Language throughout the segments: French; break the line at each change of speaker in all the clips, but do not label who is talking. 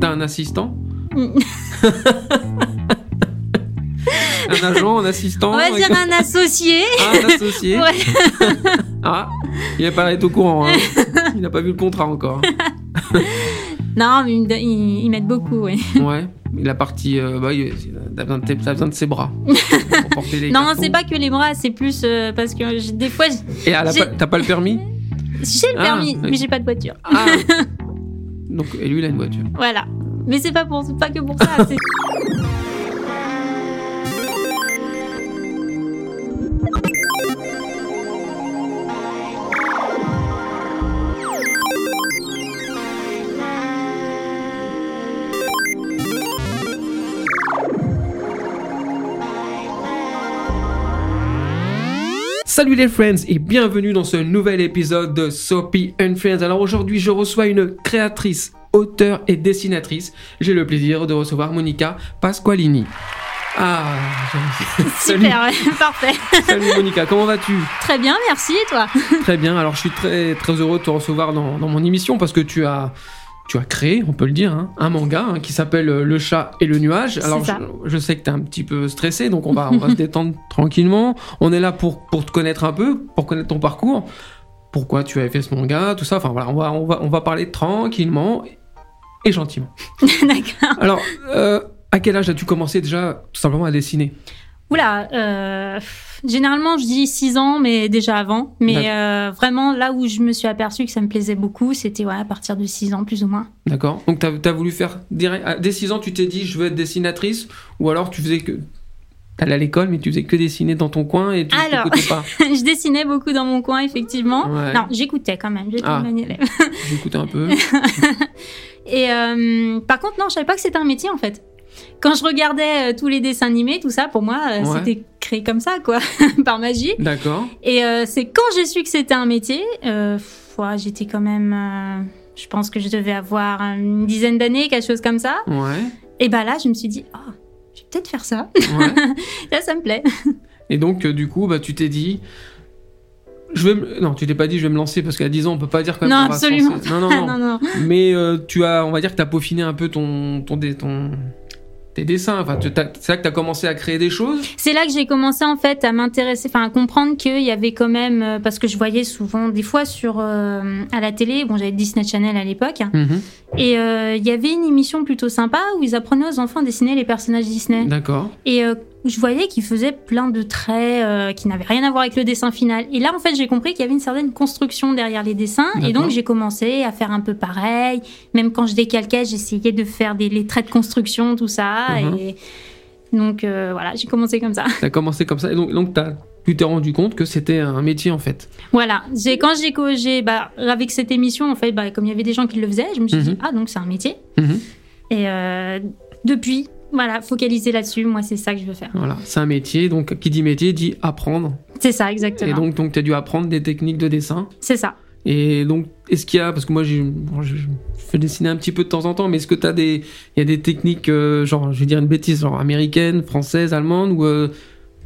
T'as un assistant
Mm.
Un agent, un assistant
On va dire un associé.
Ah, un associé
Ouais.
Ah, il a pas été au courant. hein. Il n'a pas vu le contrat encore.
Non, mais ils me don- ils, ils m'aident beaucoup, ouais.
hein. Ouais. La partie. euh, bah, il- t'as besoin, de tes- t'as besoin de ses bras. Pour porter les
Non,
cartons.
c'est pas que les bras, c'est plus euh, parce que j'ai- des fois, j'ai-
Et elle a
j'ai-
pas- t'as pas le permis
j'ai le
Ah,
permis,
oui.
mais j'ai pas de voiture.
Ah Donc, et lui, il a une voiture.
Voilà. Mais c'est pas, pour, pas que pour ça. c'est-
Salut les friends et bienvenue dans ce nouvel épisode de Soapy and Friends. Alors aujourd'hui, je reçois une créatrice, auteure et dessinatrice. J'ai le plaisir de recevoir Monica Pasqualini. Ah, j'aime-
Super, ouais, parfait.
salut Monica, comment vas-tu
Très bien, merci, et toi.
Très bien. Alors, je suis très, très heureux de te recevoir dans, dans mon émission parce que tu as, tu as créé, on peut le dire, hein, un manga hein, qui s'appelle euh, Le chat et le nuage.
C'est
Alors, je,
ça.
je sais que tu es un petit peu stressé, donc on va, on va se détendre tranquillement. On est là pour, pour te connaître un peu, pour connaître ton parcours, pourquoi tu as fait ce manga, tout ça. Enfin, voilà, on va, on va, on va parler tranquillement et gentiment.
D'accord.
Alors, euh, à quel âge as-tu commencé déjà tout simplement à dessiner
Oula, euh, généralement, je dis 6 ans, mais déjà avant. Mais euh, vraiment, là où je me suis aperçue que ça me plaisait beaucoup, c'était ouais, à partir de 6 ans, plus ou moins.
D'accord. Donc t'as as voulu faire direct. à- Dès 6 ans, tu t'es dit je veux être dessinatrice ou alors tu faisais que t'allais à l'école mais tu faisais que dessiner dans ton coin et tu
Alors.
t'écoutais pas.
je dessinais beaucoup dans mon coin, effectivement.
Ouais.
Non, j'écoutais quand même, j'étais
Ah.
une bonne élève.
J'écoutais un peu.
Et euh, par contre, non, je savais pas que c'était un métier en fait. Quand je regardais euh, tous les dessins animés, tout ça, pour moi, euh,
Ouais.
c'était créé comme ça, quoi, par magie.
D'accord.
Et euh, c'est quand j'ai su que c'était un métier, euh, pff, ouais, j'étais quand même, euh, je pense que je devais avoir une dizaine d'années, quelque chose comme ça.
Ouais.
Et bah là, je me suis dit, oh, je vais peut-être faire ça.
ouais.
là, ça me plaît.
Et donc euh, du coup, bah tu t'es dit. Je vais me- Non, tu t'es pas dit je vais me lancer parce qu'à 10 ans on peut pas dire quand même
Non,
qu'on va se
absolument
lancer. Non, non,
Ah,
non.
non, non.
Mais euh, tu as, on va dire que tu as peaufiné un peu ton, ton, dé- ton- tes dessins. Enfin, tu- t'as- c'est là que tu as commencé à créer des choses.
C'est là que j'ai commencé en fait à m'intéresser, enfin à comprendre qu'il y avait quand même, euh, parce que je voyais souvent des fois sur euh, à la télé, bon j'avais Disney Channel à l'époque, hein, Et euh, il y avait une émission plutôt sympa où ils apprenaient aux enfants à dessiner les personnages Disney.
D'accord.
Et euh, je voyais qu'ils faisaient plein de traits euh, qui n'avaient rien à voir avec le dessin final. Et là, en fait, j'ai compris qu'il y avait une certaine construction derrière les dessins. Et
D'accord.
donc, j'ai commencé à faire un peu pareil. Même quand je décalquais, j'essayais de faire des les traits de construction, tout ça.
Mhm.
Et donc, euh, voilà, j'ai commencé comme ça.
T'as commencé comme ça et donc, donc t'as- tu t'es rendu compte que c'était un métier en fait.
Voilà, j'ai quand j'ai co- j'ai bah, avec cette émission en fait, bah, comme il y avait des gens qui le faisaient, je me suis
Mhm.
dit ah donc c'est un métier.
Mhm.
Et euh, depuis, voilà, focaliser là-dessus, moi c'est ça que je veux faire.
Voilà, c'est un métier, donc qui dit métier dit apprendre.
C'est ça
Et
exactement.
donc, donc tu as dû apprendre des techniques de dessin.
C'est ça.
Et donc, est-ce qu'il y a, parce que moi j'ai- bon, je, je fais dessiner un petit peu de temps en temps, mais est-ce que t'as des, il y a des techniques, euh, genre, je vais dire une bêtise, genre américaine, française, allemande ou, euh,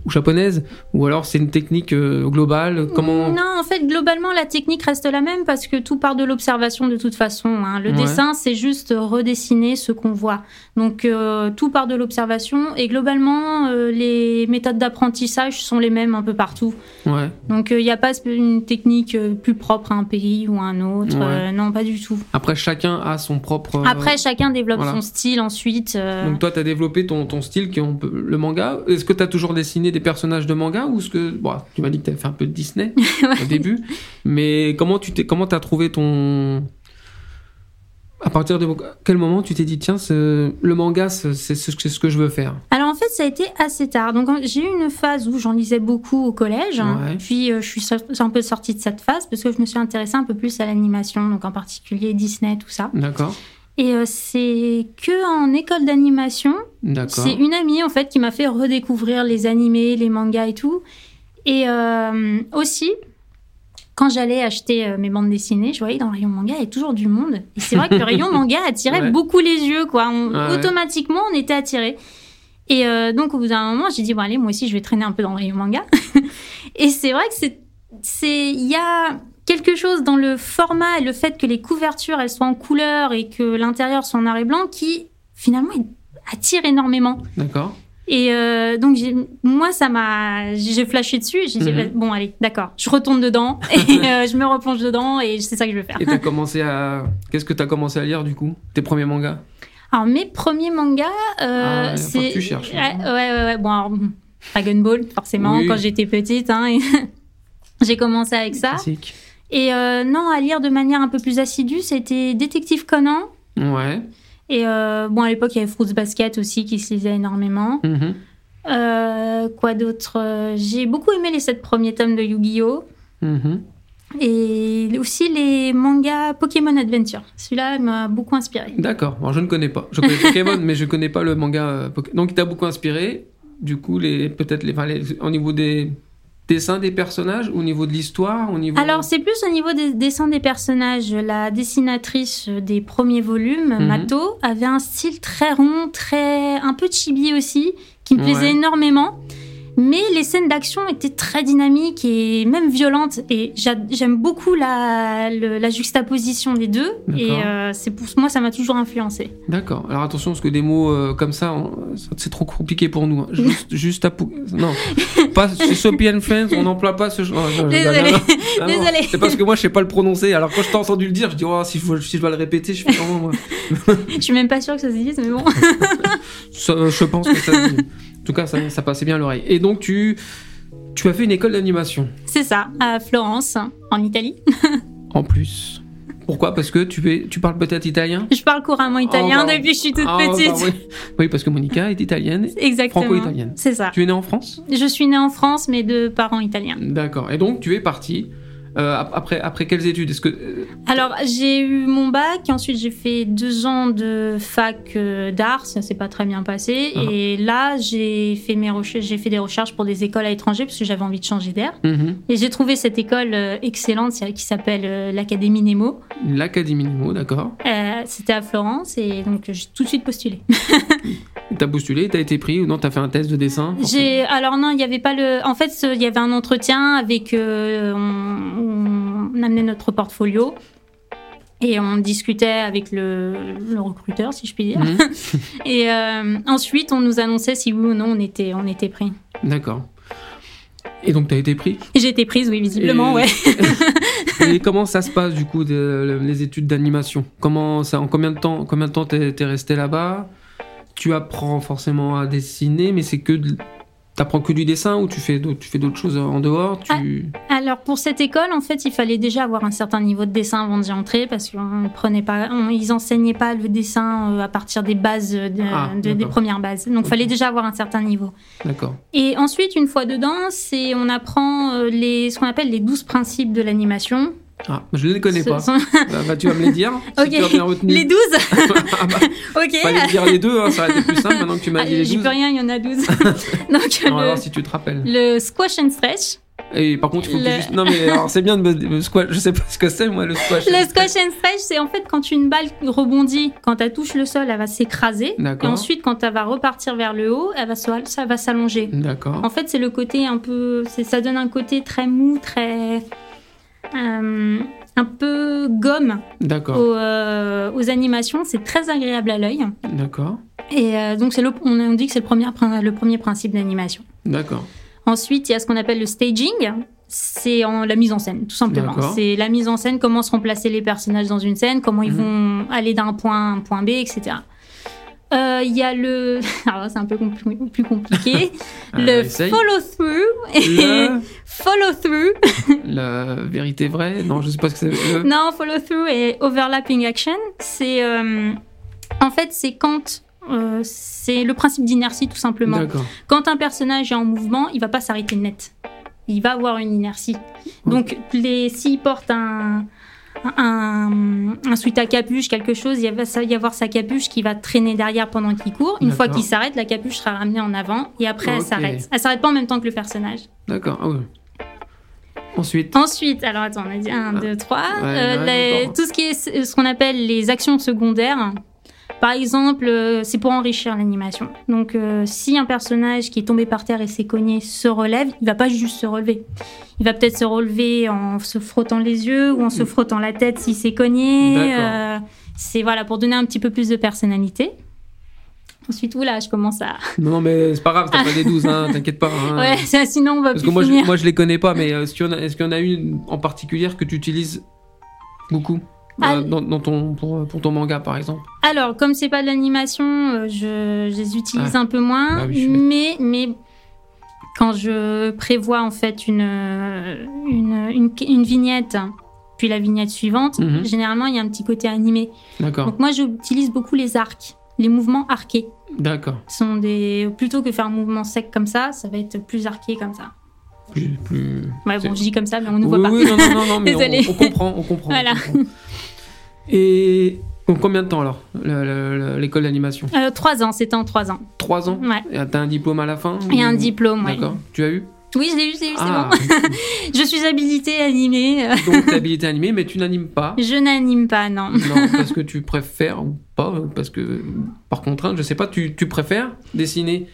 ou japonaise Ou alors c'est une technique euh, globale Comment
Non, en fait, globalement, la technique reste la même parce que tout part de l'observation de toute façon. hein. Le
Ouais.
dessin, c'est juste redessiner ce qu'on voit. Donc, euh, tout part de l'observation et globalement, euh, les méthodes d'apprentissage sont les mêmes un peu partout.
Ouais.
Donc, il n'y a pas sp- une technique euh, plus propre à un pays ou à un autre.
Ouais.
Euh, non, pas du tout.
Après, chacun a son propre. euh,
Après, chacun développe
voilà.
son style ensuite. euh,
Donc toi, tu as développé ton, ton style qui est un peu le manga. Est-ce que tu as toujours dessiné des personnages de manga ou ce que bon, tu m'as dit que tu fait un peu de Disney au début, mais comment tu t'es comment t'as trouvé ton à partir de quel moment tu t'es dit tiens ce- le manga c'est c'est ce, c'est ce que je veux faire
Alors en fait, ça a été assez tard. Donc en- j'ai eu une phase où j'en lisais beaucoup au collège.
Ouais.
Puis euh, je suis sor- un peu sortie de cette phase parce que je me suis intéressée un peu plus à l'animation, donc en particulier Disney, tout ça.
d'accord
Et euh, c'est que en école d'animation,
d'accord
c'est une amie en fait qui m'a fait redécouvrir les animés, les mangas et tout. Et euh, aussi. Quand j'allais acheter euh, mes bandes dessinées, je voyais dans le rayon manga, il y avait toujours du monde. Et c'est vrai que le rayon manga attirait
Ouais.
beaucoup les yeux, quoi. On-
Ah ouais.
Automatiquement, on était attirés. Et euh, donc, au bout d'un moment, j'ai dit, bon, allez, moi aussi, je vais traîner un peu dans le rayon manga. et c'est vrai que c'est. c'est- Il y a quelque chose dans le format et le fait que les couvertures elles soient en couleur et que l'intérieur soit en noir et blanc qui finalement attire énormément.
D'accord.
Et euh, donc moi ça m'a j'ai flashé dessus et j'ai dit bah,
Mhm.
bon allez d'accord je retourne dedans et euh, je me replonge dedans et c'est ça que je veux faire.
Et t'as commencé à. Qu'est-ce que t'as commencé à lire du coup Tes premiers mangas
Alors mes premiers mangas euh,
Ah, faut
c'est
que tu cherches. hein.
ouais, ouais ouais ouais. bon alors, Dragon Ball forcément
Oui.
quand j'étais petite hein, et j'ai commencé avec ça
Classique.
et euh, non à lire de manière un peu plus assidue c'était Détective Conan
Ouais.
Et euh, bon, à l'époque, il y avait Fruits Basket aussi qui se lisait énormément.
Mhm.
Euh, quoi d'autre Euh, J'ai beaucoup aimé les sept premiers tomes de Yu-Gi-Oh!
Mhm.
Et aussi les mangas Pokémon Adventure. Celui-là m'a beaucoup inspiré.
D'accord. Bon, je ne connais pas. Je connais Pokémon, mais je connais pas le manga. euh, Poké- Donc, il t'a beaucoup inspiré. Du coup, les peut-être les, enfin, les- au niveau des dessins des personnages, au niveau de l'histoire, au niveau.
Alors, c'est plus au niveau des dessins des personnages. La dessinatrice des premiers volumes,
Mhm.
Mato, avait un style très rond, très un peu chibi aussi, qui me plaisait
Ouais.
énormément. Mais les scènes d'action étaient très dynamiques et même violentes. Et j'a- j'aime beaucoup la, le- la juxtaposition des deux. Et
D'accord.
euh, c'est pour moi, ça m'a toujours influencé.
D'accord. Alors attention, parce que des mots euh, comme ça, on- ça- c'est trop compliqué pour nous. hein. Juste, juste à pou- non, pas chez Sophie and Friends, on n'emploie pas ce. genre- non, non, je- non,
Désolée.
non, non. Ah non,
Désolée.
C'est parce que moi, je sais pas le prononcer. Alors quand je t'ai entendu le dire, je dis oh, si, faut- si je dois le répéter, je fais comment moi
Je suis même pas sûre que ça se dise, mais bon.
Ça, je pense que ça. en tout cas, ça, ça passait bien à l'oreille. Et donc tu, tu as fait une école d'animation
c'est ça, à Florence, en Italie.
en plus. Pourquoi Parce que tu es, tu parles peut-être italien.
Je parle couramment italien
Oh, bah,
depuis que je suis toute
Ah, bah
petite.
oui. oui, parce que Monica est italienne.
Exactement.
Franco-italienne.
C'est ça.
Tu es née en France
Je suis née en France, mais de parents italiens.
D'accord. Et donc, tu es parti. euh, ap- après, après quelles études Est-ce que euh,
Alors, j'ai eu mon bac, et ensuite j'ai fait deux ans de fac euh, d'art, ça s'est pas très bien passé.
Ah.
Et là, j'ai fait, mes recherches, j'ai fait des recherches pour des écoles à l'étranger, parce que j'avais envie de changer d'air.
mhm,
Et j'ai trouvé cette école euh, excellente c'est- qui s'appelle euh, l'Académie Nemo.
l'Académie Nemo, d'accord
Euh, C'était à Florence, et donc euh, j'ai tout de suite postulé.
T'as postulé, t'as été pris ou non T'as fait un test de dessin forcément.
J'ai alors non, il n'y avait pas le. En fait, ce- il y avait un entretien avec. euh, on, on amenait notre portfolio et on discutait avec le, le recruteur, si je puis dire.
Mhm,
Et euh, ensuite, on nous annonçait si oui ou non on était on était pris.
D'accord. Et donc, t'as été pris
Et J'ai été prise, oui, visiblement,
Et-
ouais.
Et comment ça se passe, du coup, de- le- les études d'animation Comment ça, En combien de temps combien de temps t'es t'es resté là-bas Tu apprends forcément à dessiner, mais c'est que... de- T'apprends que du dessin ou tu fais d'autres tu fais d'autres choses en dehors tu...
Alors pour cette école, en fait, il fallait déjà avoir un certain niveau de dessin avant d'y entrer parce qu'on ne prenait pas, on- ils enseignaient pas le dessin euh, à partir des bases, de-
Ah,
de- des
d'accord.
premières bases. Donc il fallait déjà avoir un certain niveau.
D'accord.
Et ensuite, une fois dedans, c'est on apprend euh, les, ce qu'on appelle les 12 principes de l'animation.
Ah, je ne les connais
Ce
pas.
sont-
Bah, bah, tu vas me les dire si
Ok.
tu as bien retenu.
Les 12
ah bah,
Ok.
fallait dire les deux, hein, ça aurait été plus simple maintenant que tu m'as
Ah,
dit les
J'y
deux.
peux rien, il y en a 12. Donc
On va voir
le,
si tu te rappelles.
le squash and stretch.
Et par contre, il faut que
Le-
tu juste... Non mais alors c'est bien de me... le squash, je sais pas ce que c'est moi le squash.
Le squash and stretch, c'est en fait quand une balle rebondit, quand elle touche le sol, elle va s'écraser. Et
D'accord.
ensuite, quand elle va repartir vers le haut, elle va se- ça va s'allonger.
D'accord.
En fait, c'est le côté un peu. c'est- Ça donne un côté très mou, très. euh, un peu gomme
D'accord.
aux, euh, aux animations. C'est très agréable à l'œil.
D'accord.
Et euh, donc, c'est le, on, on dit que c'est le premier, prin- le premier principe d'animation.
D'accord.
Ensuite, il y a ce qu'on appelle le staging. C'est en, la mise en scène, tout simplement.
D'accord.
C'est la mise en scène, comment seront placés les personnages dans une scène, comment ils
Mhm.
vont aller d'un point A à un point B, etc. Euh, Il y a le. Alors, là, c'est un peu compli- plus compliqué.
Euh,
le
essaye.
follow-through. Et
Le...
follow-through.
La vérité vraie. Non, je sais pas ce que c'est. Le-
Non, follow-through et overlapping action, c'est. euh, en fait, c'est quand. euh, c'est le principe d'inertie, tout simplement.
D'accord.
Quand un personnage est en mouvement, il va pas s'arrêter net. Il va avoir une inertie. Donc, les- s'il porte un. Un, un sweat à capuche, quelque chose, il va sa- y avoir sa capuche qui va traîner derrière pendant qu'il court. Une fois
D'accord.
qu'il s'arrête, la capuche sera ramenée en avant et après elle
Ok.
s'arrête. Elle s'arrête pas en même temps que le personnage.
D'accord. Ah ouais. Ensuite.
Ensuite, alors attends, on a dit 1, 2, 3.
Ah. ouais, ouais,
Euh, les-
bon.
tout ce qui est ce ce qu'on appelle les actions secondaires. Par exemple, euh, c'est pour enrichir l'animation. Donc, euh, si un personnage qui est tombé par terre et s'est cogné se relève, il va pas juste se relever. Il va peut-être se relever en se frottant les yeux ou en se frottant la tête s'il s'est cogné.
Hmm. D'accord.
Euh, c'est voilà pour donner un petit peu plus de personnalité. Ensuite, oula, je commence à.
Non, non, mais c'est pas grave, t'as pas des 12, hein, t'inquiète pas. hein.
Ouais, ça, sinon on va
Parce
plus
que moi je,
finir.
moi, je les connais pas, mais euh, est-ce qu'il y, en a- est-ce qu'il y en a une en particulier que tu utilises beaucoup
Ah,
euh, dans, dans ton, pour, pour ton manga, par exemple
Alors, comme c'est pas de l'animation, euh, je, je les utilise un peu moins,
Ah oui, je suis
mais, mais quand je prévois en fait une, euh, une, une, une vignette, puis la vignette suivante,
Mhm. Ah.
généralement il y a un petit côté animé.
D'accord,
Donc moi j'utilise beaucoup les arcs, les mouvements arqués.
d'accord.
Ce Sont des... Plutôt que faire un mouvement sec comme ça, ça va être plus arqué comme ça.
Plus, plus...
Ouais,
C'est-
bon, je dis comme ça, mais on ne
oui,
voit pas.
oui, non, non, non, non, mais
Désolée.
on, on comprend, on comprend. on
Voilà.
comprend. Et donc, combien de temps alors, le- le- le- l'école d'animation
Euh, trois ans, c'était en trois ans.
Trois ans
Ouais.
Et T'as un diplôme à la fin
Et
ou-
un diplôme, ouais.
Mmh. D'accord. Tu as eu
Oui, je l'ai eu, je l'ai eu, c'est
Ah,
bon. Je suis habilitée à animer. euh,
donc t'es habilité animée, mais tu n'animes pas.
Je n'anime pas, non.
Non, parce que tu préfères ou pas, parce que par contrainte, je sais pas, tu, tu préfères dessiner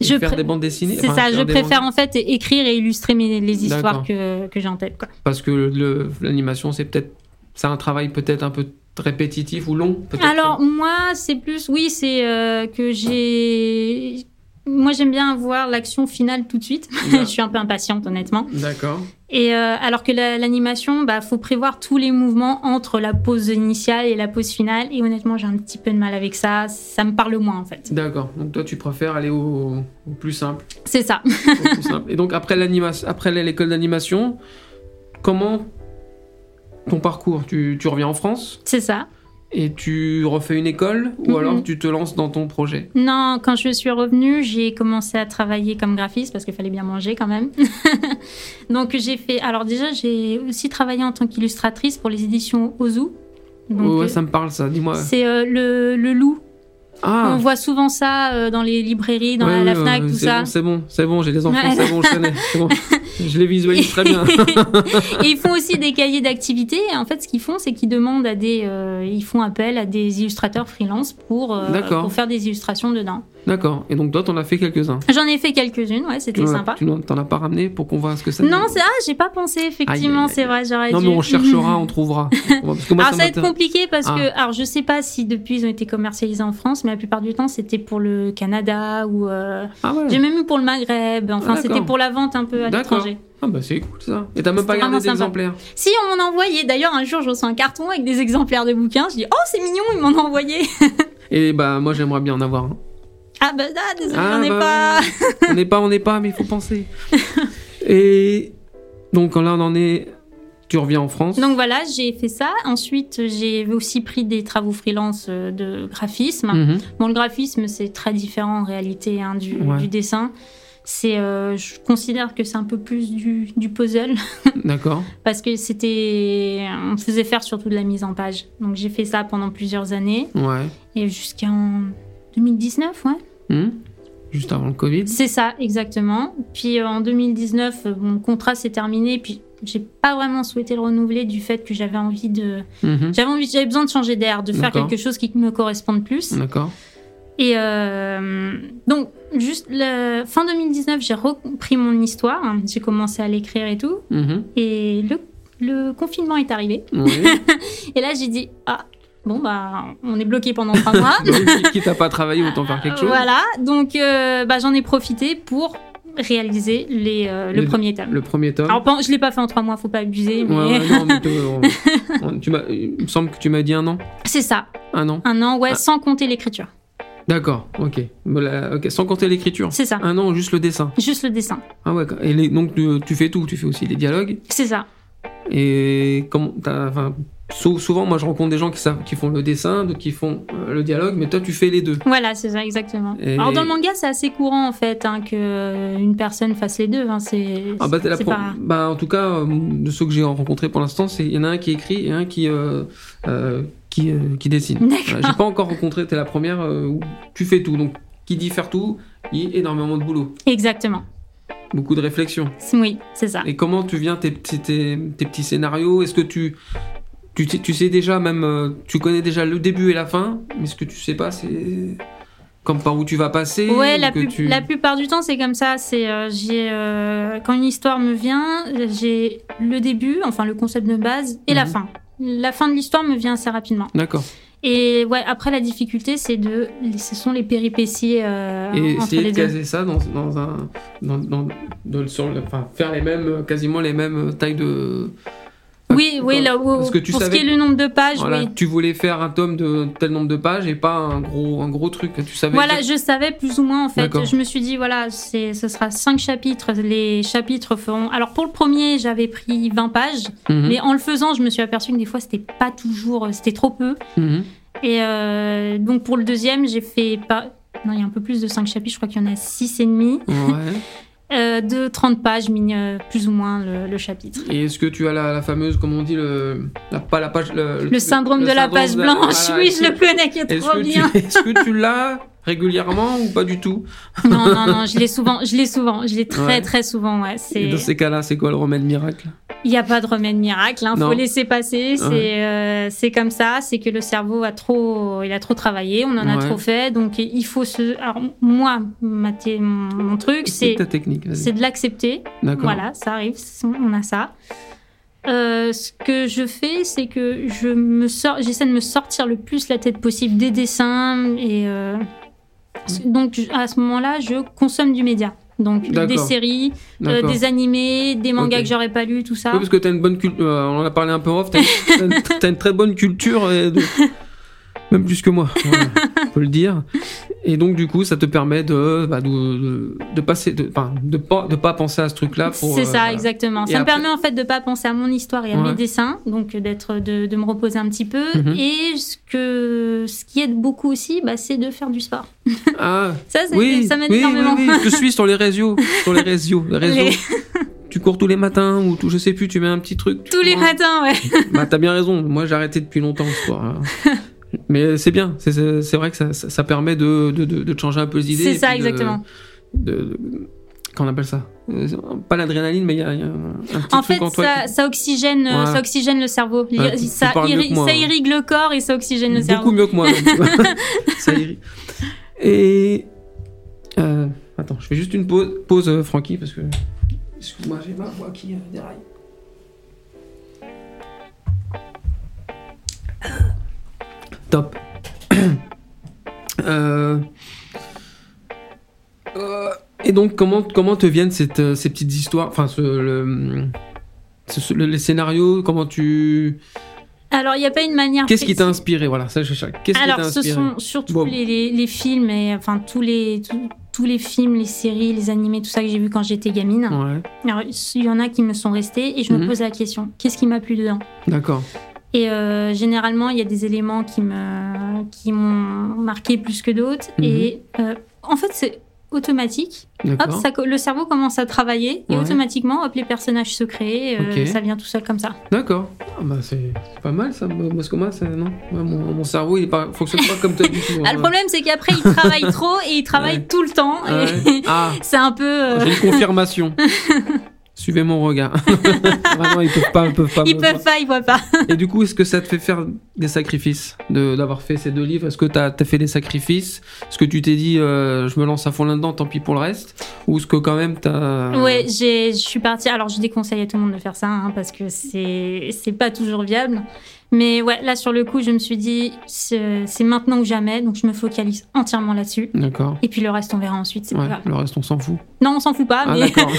et
Je
faire
pré-
des bandes dessinées
C'est
enfin,
ça,
faire
je
des
préfère
bandes-
en fait é- écrire et illustrer mes, les histoires
D'accord.
que, que j'ai en tête. Quoi.
Parce que le- l'animation, c'est peut-être. C'est un travail peut-être un peu répétitif ou long, peut-être.
Alors moi, c'est plus, oui, c'est euh, que j'ai... Moi, j'aime bien voir l'action finale tout de suite. je suis un peu impatiente, honnêtement.
D'accord.
Et euh, alors que la- l'animation, bah, faut prévoir tous les mouvements entre la pose initiale et la pose finale. Et honnêtement, j'ai un petit peu de mal avec ça. Ça me parle moins, en fait.
D'accord. Donc toi, tu préfères aller au, au plus simple.
C'est ça.
au plus simple. Et donc après l'animation, après l'école d'animation, comment ton parcours tu, tu reviens en France
C'est ça.
et tu refais une école ou
Mhm.
alors tu te lances dans ton projet
Non, quand je suis revenue, j'ai commencé à travailler comme graphiste parce qu'il fallait bien manger quand même. Donc j'ai fait. Alors déjà, j'ai aussi travaillé en tant qu'illustratrice pour les éditions Ozu. Donc,
Ouais,
euh,
ça me parle ça. Dis-moi.
C'est euh, le, le loup. On
Ah.
voit souvent ça euh, dans les librairies, dans
Ouais,
la, la
ouais,
Fnac,
ouais,
tout
c'est
ça.
bon, c'est bon, c'est bon, j'ai des enfants,
Ouais.
c'est bon, je connais, c'est bon. Je les visualise très bien.
Et ils font aussi des cahiers d'activités. Et En fait, ce qu'ils font, c'est qu'ils demandent à des, euh, ils font appel à des illustrateurs freelance pour, euh,
D'accord.
pour faire des illustrations dedans.
D'accord. Et donc toi, t'en as fait quelques-uns.
J'en ai fait quelques-unes, ouais,
Tu
c'était
n'en as-
sympa.
Tu n'en- t'en as pas ramené pour qu'on voit ce que ça.
Non, c'est ah, j'ai pas pensé
Aïe, aïe,
effectivement,
aïe.
c'est vrai, j'aurais
Non,
dû.
mais on cherchera, on trouvera. Parce que moi,
alors ça va être
m'intéresse.
compliqué parce
Ah.
que alors je sais pas si depuis ils ont été commercialisés en France, mais la plupart du temps c'était pour le Canada ou euh,
Ah ouais.
j'ai même eu pour le Maghreb. Enfin
Ah,
c'était
d'accord.
pour la vente un peu à
D'accord.
l'étranger.
Ah bah c'est cool ça. Et t'as même pas
C'était
gardé
vraiment sympa.
d'exemplaires.
Si on m'en envoyait, d'ailleurs un jour je reçois un carton avec des exemplaires de bouquins, je dis oh c'est mignon ils m'en ont envoyé.
Et bah moi j'aimerais bien en avoir. un.
Ah bah ah, désolé
Ah,
j'en ai
bah,
pas.
on n'est pas, on n'est pas, mais il faut penser. Et donc là on en est. Tu reviens en France.
Donc voilà j'ai fait ça. Ensuite j'ai aussi pris des travaux freelance euh, de graphisme.
Mhm.
Bon, le graphisme, c'est très différent en réalité hein, du,
Ouais.
du dessin. C'est, euh, je considère que c'est un peu plus du, du puzzle
D'accord.
parce que c'était, on faisait faire surtout de la mise en page. Donc j'ai fait ça pendant plusieurs années
Ouais.
et jusqu'en 2019, ouais.
Hmm. Juste avant le Covid.
C'est ça exactement. Puis euh, en 2019, euh, mon contrat s'est terminé. Puis j'ai pas vraiment souhaité le renouveler du fait que j'avais envie de,
Mhm.
j'avais envie, j'avais besoin de changer d'air, de faire
D'accord.
quelque chose qui me corresponde plus.
D'accord.
Et euh, donc, juste le- fin 2019, j'ai repris mon histoire. hein. J'ai commencé à l'écrire et tout.
Mhm.
Et le, le confinement est arrivé.
Oui.
Et là, j'ai dit Ah, bon, bah, on est bloqué pendant trois mois.
Donc, quitte à pas travailler, autant faire quelque chose.
Voilà. Donc, euh, bah, j'en ai profité pour réaliser les, euh, le
Les-
premier tome.
Le premier tome.
Alors, pas- je l'ai pas fait en trois mois, faut pas abuser. Mais...
Ouais, ouais, non, mais t'es- on- on- tu m'as- il me semble que tu m'as dit un an.
C'est ça,
Un an.
un an, ouais,
Ah.
sans compter l'écriture.
D'accord, ok. Voilà, ok, Sans compter l'écriture.
C'est ça,
Un an, juste le dessin.
juste le dessin.
Ah ouais, et les- donc tu, tu fais tout, tu fais aussi les dialogues.
C'est ça.
Et comment, t'as- enfin, sou- souvent, moi je rencontre des gens qui, savent, qui font le dessin, d'autres qui font euh, le dialogue, mais toi tu fais les deux.
Voilà, c'est ça, exactement.
Et-
Alors dans le manga, c'est assez courant en fait hein, que euh, une personne fasse les deux. hein, c'est
Ah bah, t'es la
c'est
pro-
pas-
bah, en tout cas, euh, de ceux que j'ai rencontrés pour l'instant, c'est- il y en a un qui écrit et un qui, euh, euh, qui, euh, qui dessine. Voilà,
D'accord.
j'ai pas encore rencontré, t'es la première euh, où tu fais tout. Donc, qui dit faire tout, il y a énormément de boulot,
Exactement.
beaucoup de réflexion.
C'est- Oui, c'est ça.
Et comment tu viens tes, petits- tes, tes petits scénarios Est-ce que tu, tu, sais- tu sais déjà même, euh, tu connais déjà le début et la fin, mais ce que tu sais pas, c'est comme par où tu vas passer.
Ouais,
ou
la,
que
pu-
euh, tu-
la plupart du temps, c'est comme ça. C'est euh, j'ai euh, quand une histoire me vient, j'ai le début, enfin le concept de base et la
Mhm.
fin. La fin de l'histoire me vient assez rapidement.
D'accord.
Et ouais, après la difficulté, c'est de, ce sont les péripéties euh,
Et
entre
essayer
les
de
deux.
caser ça dans, dans un, dans, dans- dans- sur le- enfin, faire les mêmes, euh, quasiment les mêmes tailles de.
Oui, oui, là, oui,
Parce que tu
pour ce qui
savais-
est le nombre de pages,
Voilà,
oui.
tu voulais faire un tome de tel nombre de pages et pas un gros, un gros truc. Tu savais.
Voilà,
exact-
je savais plus ou moins en fait.
D'accord.
Je me suis dit voilà, c'est ce sera cinq chapitres. Les chapitres feront. Alors pour le premier, j'avais pris 20 pages,
Mhm,
mais en le faisant, je me suis aperçu que des fois c'était pas toujours, euh, c'était trop peu.
mhm.
Et euh, donc pour le deuxième, j'ai fait pas. Non, il y a un peu plus de 5 chapitres, je crois qu'il y en a 6 et demi,
Ouais.
euh, de 30 pages, mine, euh, plus ou moins le, le chapitre.
Et est-ce que tu as la, la fameuse, comme on dit, le, la, pas la page, le,
Le syndrome
le
de la
syndrome
page
de
blanche,
voilà,
oui,
est-ce
je le
que-
connais qui est
Est-ce
trop
que,
bien.
tu, est-ce que tu l'as régulièrement ou pas du tout
Non, non, non, je l'ai souvent, je l'ai souvent, je l'ai très,
Ouais.
très souvent, ouais.
Et
C'est,
Dans ces cas-là, c'est quoi le remède miracle
il n'y a pas de remède miracle, hein,
Non.
faut laisser passer, c'est, euh, c'est comme ça, c'est que le cerveau a trop, il a trop travaillé, on en a
Ouais.
trop fait, donc il faut se, alors moi, ma thé- mon, mon truc, c'est,
ta technique. vas-y.
c'est de l'accepter,
D'accord.
Voilà, euh, ça arrive, c'est- on a ça. Euh, ce que je fais, c'est que je me sors, j'essaie de me sortir le plus la tête possible des dessins et euh, ce- donc je- à ce moment-là, je consomme du média, donc des
D'accord.
séries, euh,
D'accord.
des animés, des mangas
Ok.
que j'aurais pas lu, tout ça.
Oui, parce que t'as une bonne culture. euh, on en a parlé un peu en off. T'as une, t'as une- t'as une très bonne culture, et de- même plus que moi. Voilà, faut le dire. Et donc du coup, ça te permet de bah, de, de- de passer, de, enfin, de pas de pas penser à ce truc-là. pour,
C'est
euh,
ça,
voilà.
exactement.
Et
ça
après-
me permet en fait de pas penser à mon histoire et à
Ouais.
mes dessins, donc euh, d'être de, de me reposer un petit peu.
Mhm.
Et ce que ce qui aide beaucoup aussi, bah, c'est de faire du sport.
Ah,
Ça, c'est-
oui,
ça m'aide
oui,
énormément.
oui, oui, je te suis sur les réseaux, sur les réseaux, les réseaux.
Les-
Tu cours tous les matins ou tout, je sais plus, tu mets un petit truc. tu
Tous les
vois.
matins, ouais.
Bah t'as bien raison, moi j'ai arrêté depuis longtemps ce soir. hein. Mais c'est bien, c'est- c'est c'est vrai que ça, ça- ça permet de, de, de- de te changer un peu les idées.
C'est
et
ça,
puis de-
exactement.
De, de- qu'on appelle ça Euh, Pas l'adrénaline, mais il y, a il y a un petit
En
truc
fait,
en toi.
ça,
qui-
ça oxygène, euh,
Ouais.
ça oxygène le cerveau. Il-
Ouais, tu- tu
ça,
parles mieux
irri-
que moi,
ça
hein.
irrigue le corps et ça oxygène le
Beaucoup
cerveau.
mieux que moi. Ça irrite. Et. euh, attends, je fais juste une pause, pause euh, Francky, parce que. Excuse-moi, j'ai ma voix qui euh, déraille. Top. Euh, euh, et donc, comment, comment te viennent cette, euh, ces petites histoires Enfin, ce, le, ce- ce- le- les scénarios, comment tu.
Alors, il n'y a pas une manière.
Qu'est-ce qui t'a
précise.
inspiré Voilà, ça je cherche. Qu'est-ce qui t'a
Alors, ce
inspiré
sont surtout
Bon.
les, les, les films et enfin tous les tous, tous les films, les séries, les animés, tout ça que j'ai vu quand j'étais gamine.
Ouais,
Alors, il y en a qui me sont restés et je
Mhm.
me pose la question qu'est-ce qui m'a plu dedans
d'accord.
Et euh, généralement, il y a des éléments qui me qui m'ont marqué plus que d'autres.
Mhm.
Et euh, en fait, c'est automatique. Hop,
D'accord.
ça co- le cerveau commence à travailler et
Ouais.
automatiquement, hop, les personnages se créent. euh,
Ok.
Ça vient tout seul comme ça.
D'accord. Ah bah c'est c'est pas mal ça. Moi, moi, ce que moi, ça, non. Moi, mon, mon cerveau, il est pas, fonctionne pas comme toi du tout.
Ah,
hein.
le problème, c'est qu'après, ils travaillent trop et ils travaillent
Ouais.
tout le temps.
Ah ouais.
et
Ah,
c'est un peu. euh,
j'ai une confirmation. Suivez mon regard. Vraiment, ils peuvent pas, ils peuvent pas.
ils
me
peuvent pas, ils voient pas.
voir. Et du coup, est-ce que ça te fait faire des sacrifices de d'avoir fait ces deux livres Est-ce que t'as as fait des sacrifices Est-ce que tu t'es dit, euh, je me lance à fond là-dedans, tant pis pour le reste Ou est-ce que quand même t'as
Ouais, j'ai- je suis partie. Alors, je déconseille à tout le monde de faire ça hein, parce que c'est c'est pas toujours viable. Mais ouais, là, sur le coup, je me suis dit, c'est c'est maintenant ou jamais. Donc, je me focalise entièrement là-dessus.
D'accord.
Et puis, le reste, on verra ensuite. c'est pas
Ouais,
grave.
le reste, on s'en fout.
Non, on s'en fout pas.
Ah,
mais...
d'accord.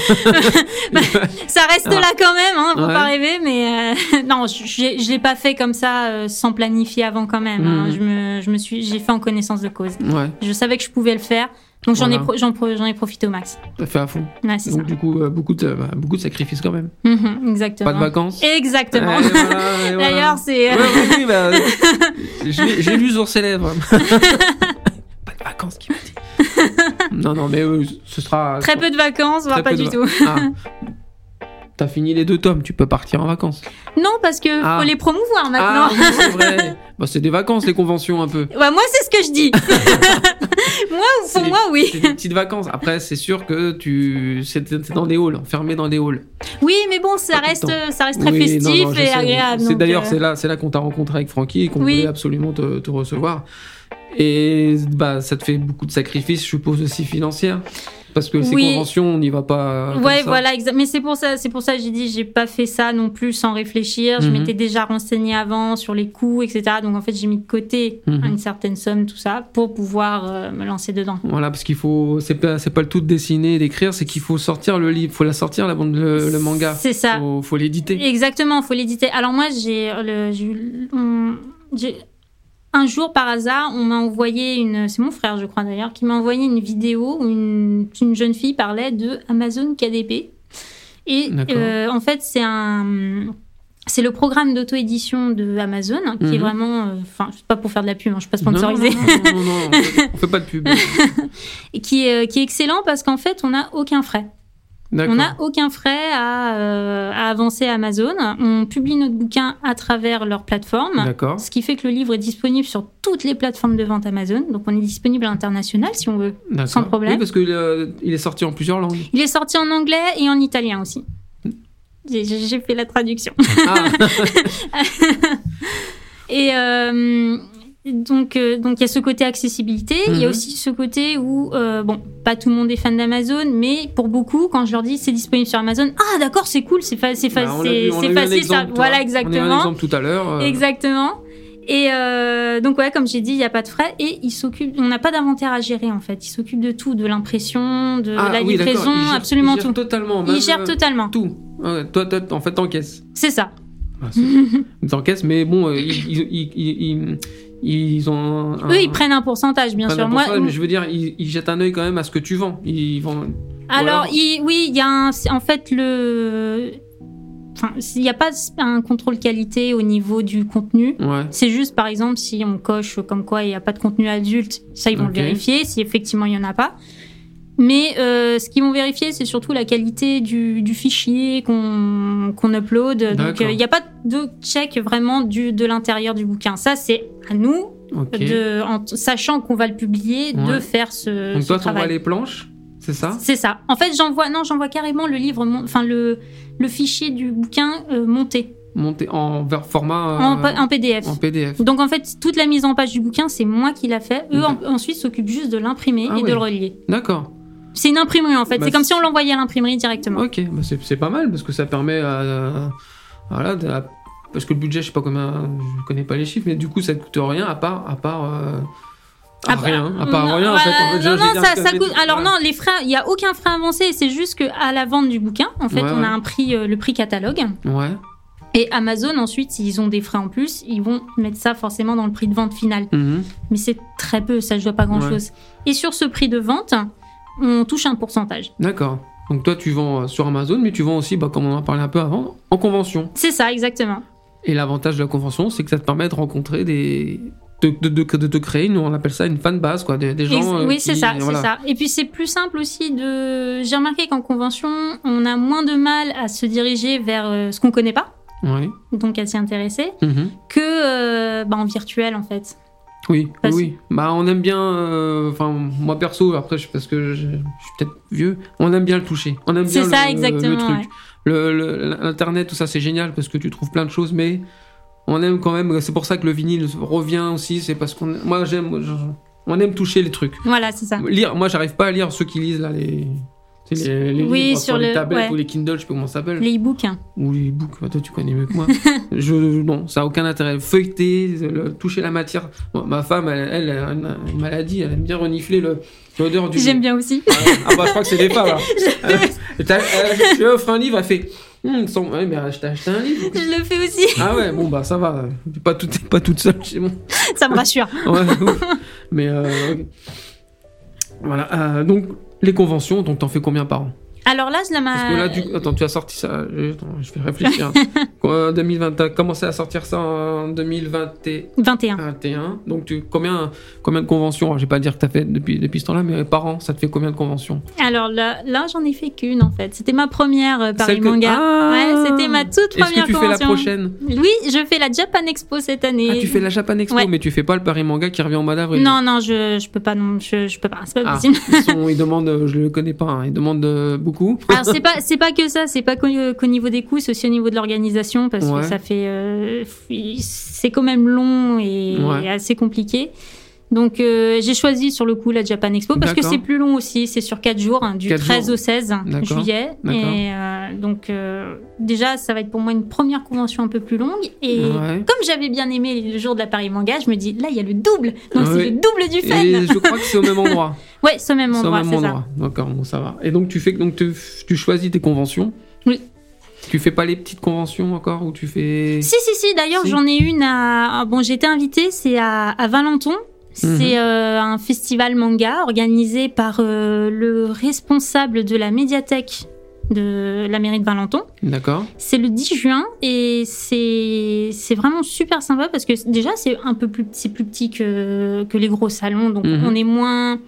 Ça reste
Ah.
là quand même, hein, faut
Ouais.
pas rêver, mais euh, non, je- je je l'ai pas fait comme ça euh, sans planifier avant quand même. hein.
Mhm.
Je me, je me suis, j'ai fait en connaissance de cause.
ouais,
Je savais que je pouvais le faire, donc j'en ai,
Voilà.
pro- j'en pro- j'en ai profité au max.
t'as fait à fond.
Ouais, c'est ça.
Donc du coup, euh, beaucoup de, bah, beaucoup de sacrifices quand même.
Mhm, exactement.
Pas de vacances.
Exactement.
Ouais, voilà, et voilà.
D'ailleurs, c'est. euh,
Ouais, ouais, oui, bah, je l'ai- j'ai lu sur ses lèvres. pas de vacances, qui m'a dit. Non, non, mais euh, ce sera.
Très peu de vacances, voire
Très
pas
peu
du
de-
tout.
Ah. T'as fini les deux tomes, tu peux partir en vacances.
Non, parce que
Ah.
faut les promouvoir
Ah,
maintenant.
oui, c'est vrai. Bah, c'est des vacances, les conventions, un peu.
Ouais, moi, c'est ce que je dis. Moi, pour moi, oui.
C'est des petites vacances. Après, c'est sûr que tu, c'est c'est dans des halls, enfermé dans des halls.
Oui, mais bon, ça reste,
tout le
ça reste très
Oui,
festif
non, non, je
et
sais.
agréable.
C'est
donc,
d'ailleurs
euh,
c'est là, c'est là qu'on t'a rencontré avec Francky et qu'on
Oui.
voulait absolument te, te recevoir. Et bah ça te fait beaucoup de sacrifices, je suppose aussi financières, parce que ces
Oui.
conventions, on n'y va pas. euh, comme
Ouais,
ça.
voilà, exa- mais c'est pour ça, c'est pour ça que j'ai dit, j'ai pas fait ça non plus sans réfléchir. Je
Mhm.
m'étais déjà renseignée avant sur les coûts, etc. Donc en fait, j'ai mis de côté
Mhm.
une certaine somme, tout ça, pour pouvoir euh, me lancer dedans.
Voilà, parce qu'il faut, c'est pas, c'est pas le tout de dessiner et d'écrire, c'est qu'il faut sortir le livre, faut la sortir la bande, Euh, le, le manga,
C'est ça.
faut, faut l'éditer.
Exactement, faut l'éditer. Alors moi, j'ai le, j'ai eu- on- j'ai- un jour par hasard, on m'a envoyé une, c'est mon frère, je crois d'ailleurs, qui m'a envoyé une vidéo où une, une jeune fille parlait de Amazon KDP. Et
D'accord.
euh, en fait, c'est un, c'est le programme d'auto-édition de Amazon hein, qui est
Mhm.
vraiment, euh, enfin, c'est pas pour faire de la pub, hein, je suis pas
Non, non,
sponsorisée,
non, non, non, on fait pas de pub.
et qui est, euh, qui est excellent parce qu'en fait, on n'a aucun frais. On
D'accord.
n'a aucun frais à, euh, à avancer à Amazon. On publie notre bouquin à travers leur plateforme.
D'accord.
Ce qui fait que le livre est disponible sur toutes les plateformes de vente Amazon. Donc on est disponible à l'international si on veut.
D'accord.
Sans problème.
Oui, parce qu'il il est sorti en plusieurs langues.
Il est sorti en anglais et en italien aussi. J'ai- J'ai j'ai fait la traduction.
Ah,
Et euh, donc, euh, donc il y a ce côté accessibilité. Il y a
Mhm.
aussi ce côté où, euh, bon, pas tout le monde est fan d'Amazon, mais pour beaucoup, quand je leur dis c'est disponible sur Amazon, ah d'accord, c'est cool, c'est fa- c'est fa-
bah, on l'a
c'est-
vu- on a
c'est
eu un
facile. ça-
exemple,
Voilà,
là. On a eu un
exactement.
exemple tout à l'heure. euh,
Exactement. Et euh, donc ouais, comme j'ai dit, il n'y a pas de frais et il s'occupe. On n'a pas d'inventaire à gérer en fait. Il s'occupe de tout, de l'impression, de
Ah,
la
oui, d'accord.
livraison,
Il gère-
absolument
il gère
tout.
Totalement.
Il
même,
gère
euh,
totalement.
tout. Ouais, toi, t'as- en fait, t'encaisses.
C'est ça.
Ah, c'est- T'encaisses, mais bon, euh, ils, ils- ils- ils- ils- ils ont. un-
Eux, ils prennent un pourcentage, bien
pas
sûr.
n'importe
Moi,
quoi, mais je veux dire, ils, ils jettent un œil quand même à ce que tu vends. Ils vendent.
alors
voilà.
il- oui, il y a un, c'est- en fait le. Enfin, il n'y a pas un contrôle qualité au niveau du contenu.
Ouais.
C'est juste, par exemple, si on coche comme quoi il n'y a pas de contenu adulte, ça, ils vont
Ok.
le vérifier, si effectivement il n'y en a pas. Mais euh, ce qu'ils vont vérifier, c'est surtout la qualité du, du fichier qu'on qu'on upload. Donc,
D'accord.
euh, il n'y a pas de check vraiment du, de l'intérieur du bouquin. Ça, c'est à nous,
Ok.
de, euh, en t- sachant qu'on va le publier, de
Ouais.
faire ce,
Donc
ce
toi, t'envoies
travail.
les planches, c'est ça
C'est ça. En fait, j'envoie non, j'envoie carrément le livre, mon- enfin le, le fichier du bouquin euh, monté
Monté en ver- format. euh,
en, en PDF.
en PDF.
Donc en fait, toute la mise en page du bouquin, c'est moi qui l'a fait. Eux
Ouais.
en- ensuite s'occupent juste de l'imprimer
Mhm. Ah
et
ouais.
de le relier.
D'accord.
C'est une imprimerie en fait.
Bah,
c'est comme si
c'est-
on l'envoyait à l'imprimerie directement.
Ok. Bah, c'est c'est pas mal parce que ça permet à. Voilà. de- à- Parce que le budget, je sais pas combien, je connais pas les chiffres, mais du coup, ça te coûte rien à part, à part, euh, à
Ah bah,
rien, à part
non,
rien en
bah,
fait. En fait, j'ai-
non,
j'ai
non,
dit un
ça,
truc
ça
à
coûte.
bêtise.
Alors
Voilà.
non, les frais, il y a aucun frais avancé. C'est juste que à la vente du bouquin, en fait,
Ouais,
on
ouais.
a un prix euh, le prix catalogue.
Ouais.
Et Amazon ensuite, s'ils ont des frais en plus, ils vont mettre ça forcément dans le prix de vente final.
Mhm.
Mais c'est très peu, ça je vois pas grand
Ouais.
chose. Et sur ce prix de vente, on touche un pourcentage.
D'accord. Donc toi, tu vends euh, sur Amazon, mais tu vends aussi, bah, comme on en a parlé un peu avant, en convention.
C'est ça exactement.
Et l'avantage de la convention, c'est que ça te permet de rencontrer des... De, de, de, de te créer, une, on appelle ça une fan base, quoi, des, des gens...
Ex-
euh,
oui, c'est
qui-
ça,
voilà.
c'est ça. Et puis c'est plus simple aussi de. J'ai remarqué qu'en convention, on a moins de mal à se diriger vers euh, ce qu'on connaît pas,
Ouais.
donc à s'y intéresser,
Mhm.
que euh, bah, en virtuel en fait.
Oui, oui,
Parce-
oui. Bah, on aime bien... euh, Enfin, moi perso, après, je- parce que je, je suis peut-être vieux, on aime bien le toucher. On aime
C'est
bien
ça,
le,
exactement,
le truc.
ouais.
Le- le- L'Internet, tout ça, c'est génial, parce que tu trouves plein de choses, mais... On aime quand même... C'est pour ça que le vinyle revient aussi, c'est parce qu'on... Moi, j'aime... je- On aime toucher les trucs.
Voilà, c'est ça.
Lire, moi j'arrive pas à lire ceux qui lisent là les. tu sais, Les, les
Oui,
livres
sur
sur les
le-
tablettes
ouais.
ou les Kindle, je sais pas comment ça s'appelle.
Les e-books. hein.
Ou les books, bah, toi tu connais mieux que moi. je, non, ça a aucun intérêt. Feuilleter, le- toucher la matière. Bon, ma femme, elle, elle a une, une maladie, elle aime bien renifler le- l'odeur du.
J'aime bien aussi.
Ah, ah, bah je crois que c'est des femmes. alors. T'as- euh, je lui offre un livre, elle fait. Hum, sans- ouais, mais je t'ai acheté un livre.
Je le fais aussi,
Ah ouais, bon bah ça va. T'es pas, tout, t'es pas toute seule chez moi.
ça me rassure.
Ouais, oui. mais euh, ok. voilà. euh, donc les conventions, donc t'en fais combien par an
Alors là, cela m'a.
Parce que là, du coup- attends, tu as sorti ça. Je, attends, je vais réfléchir. Quoi, 2020, t'as commencé à sortir ça en 2021.
21.
Donc, tu, combien, combien de conventions Alors, Je vais pas dire que t'as fait depuis, depuis ce temps-là, mais par an, ça te fait combien de conventions
Alors là, là j'en ai fait qu'une en fait. C'était ma première euh, Paris
Celle que-
Manga.
Ah
ouais, c'était ma toute
Est-ce
première
que tu fais
convention.
la prochaine
Oui, je fais la Japan Expo cette année.
Ah, tu fais la Japan Expo,
Ouais.
mais tu fais pas le Paris Manga qui revient au mois d'avril.
Non, non, je, je peux pas, non, je, je peux pas, c'est pas
Ah,
possible.
ils, sont- ils demandent, euh, je le connais pas, hein, ils demandent euh, beaucoup.
Alors c'est pas, c'est pas que ça, c'est pas qu'au qu'au niveau des coûts, c'est aussi au niveau de l'organisation parce
Ouais.
que ça fait, euh, c'est quand même long et,
Ouais.
et assez compliqué. Donc euh, j'ai choisi sur le coup la Japan Expo parce que
D'accord.
c'est plus long aussi, c'est sur 4 jours, hein, du
Quatre
13
jours.
au 16
D'accord.
juillet.
D'accord.
Et euh, donc euh, déjà ça va être pour moi une première convention un peu plus longue et
Ouais.
comme j'avais bien aimé le jour de la Paris Manga, je me dis là il y a le double, donc
Ah
c'est
oui.
le double du fun.
Et je crois que c'est au même endroit.
Ouais, ce même
C'est au
endroit,
même
c'est ça.
endroit. D'accord, bon, ça va. Et donc, tu fais donc tu, tu choisis tes conventions.
Oui.
Tu fais pas les petites conventions encore où tu fais.
Si, si, si, d'ailleurs,
Si.
j'en ai une à. ah, Bon, j'ai été invitée, c'est à, à Valenton.
Mhm.
C'est euh, un festival manga organisé par euh, le responsable de la médiathèque de la mairie de Valenton.
D'accord.
C'est le 10 juin et c'est c'est vraiment super sympa parce que déjà c'est un peu plus c'est plus petit que que les gros salons donc
Mhm.
on est moins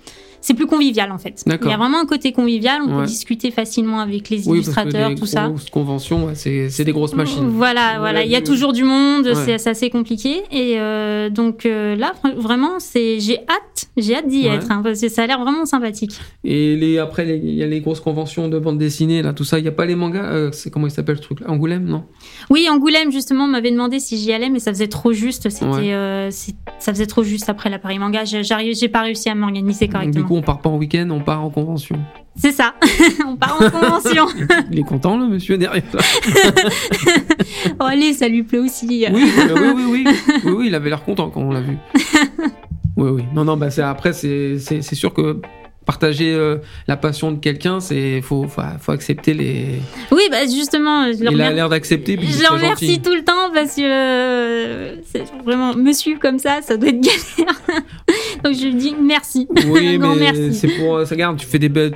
c'est plus convivial en fait. Il
D'accord.
y a vraiment un côté convivial, on peut
Ouais.
discuter facilement avec les
Oui, parce que
illustrateurs,
les
tout ça. Mm,
grosses conventions, ouais, c'est c'est des grosses machines.
Mmh, Voilà,
On
voilà,
l'a
il y a
vu.
toujours du monde,
Ouais.
c'est c'est assez compliqué. Et euh, donc euh, là, fr- vraiment, c'est j'ai hâte, j'ai hâte d'y
Ouais.
être, hein, parce que ça a l'air vraiment sympathique.
Et les, après, les- il y a les grosses conventions de bande dessinée, là, tout ça. Il n'y a pas les mangas. euh, c'est comment il s'appelle ce truc-là Angoulême, non
Oui, Angoulême justement m'avait demandé si j'y allais, mais ça faisait trop juste. C'était,
Ouais.
euh, c'est- ça faisait trop juste après la Paris Manga. J'ai- J'arrive, j'ai pas réussi à m'organiser
Donc, Du
correctement.
coup, on part pas en week-end, on part en convention.
C'est ça. On part en convention.
Il est content, le monsieur derrière toi.
oh allez, ça lui plaît aussi.
Oui, bah oui, oui, oui, oui, oui, il avait l'air content quand on l'a vu. Oui, oui. Non, non, bah c'est après, c'est c'est- c'est sûr que partager euh, la passion de quelqu'un, c'est faut, faut, faut accepter les.
Oui, bah justement, je le
il a
remercie-
l'air d'accepter, puis il
Je
est
le
très
remercie
gentil.
tout le temps parce que euh, c'est vraiment me suivre comme ça, ça doit être galère. Donc je lui dis merci.
Oui,
Un grand
mais
merci.
c'est pour. euh, Ça garde, tu fais des bêtes.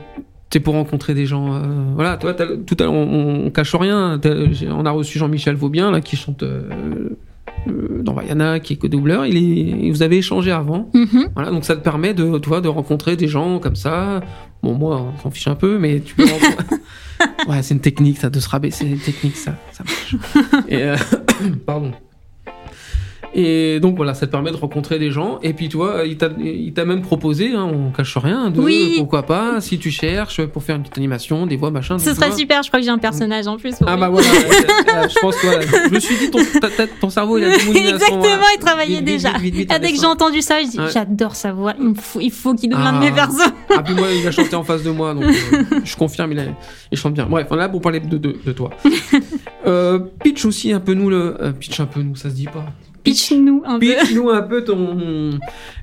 C'est pour rencontrer des gens. euh, voilà, toi, t'as- tout à l'heure, on, on cache rien. T'as- j'ai- On a reçu Jean-Michel Vaubien, là, qui chante euh, euh, dans Vaiana, qui est co-doubleur. Il est, vous avez échangé avant.
Mhm.
Voilà, donc ça te permet de, tu vois, de rencontrer des gens comme ça. Bon, moi, on s'en fiche un peu, mais tu peux. rencontrer- ouais, c'est une technique, ça, de se rabaisser. C'est une technique, ça. Ça marche. Et, euh, Pardon. Et donc voilà, ça te permet de rencontrer des gens. Et puis, tu vois, il t'a- il t'a même proposé, hein, on cache rien, de
Oui.
pourquoi pas, si tu cherches pour faire une petite animation, des voix, machin.
Ce
donc, tu
serait
vois.
super, je crois que j'ai un personnage en plus.
Ah
oui.
bah voilà, euh, euh, je pense que voilà, je me suis dit, ton, ta- ta- ton cerveau, il a démoliné à ce moment-là.
Exactement, il travaillait
Vite, vite,
déjà.
vite, vite, vite,
Ah, dès que
descend.
j'ai entendu ça, je dis
Ouais.
j'adore sa voix, il me faut, il faut qu'il devienne un de
Ah.
mes persos.
Ah, puis moi, il a chanté en face de moi, donc euh, je confirme, il, a- il chante bien. Bref, on est là pour parler de, de, de toi. Euh, pitch aussi un peu nous, le. euh, pitch un peu nous, ça se dit pas.
Pitch nous un peu.
Pitch nous un peu ton.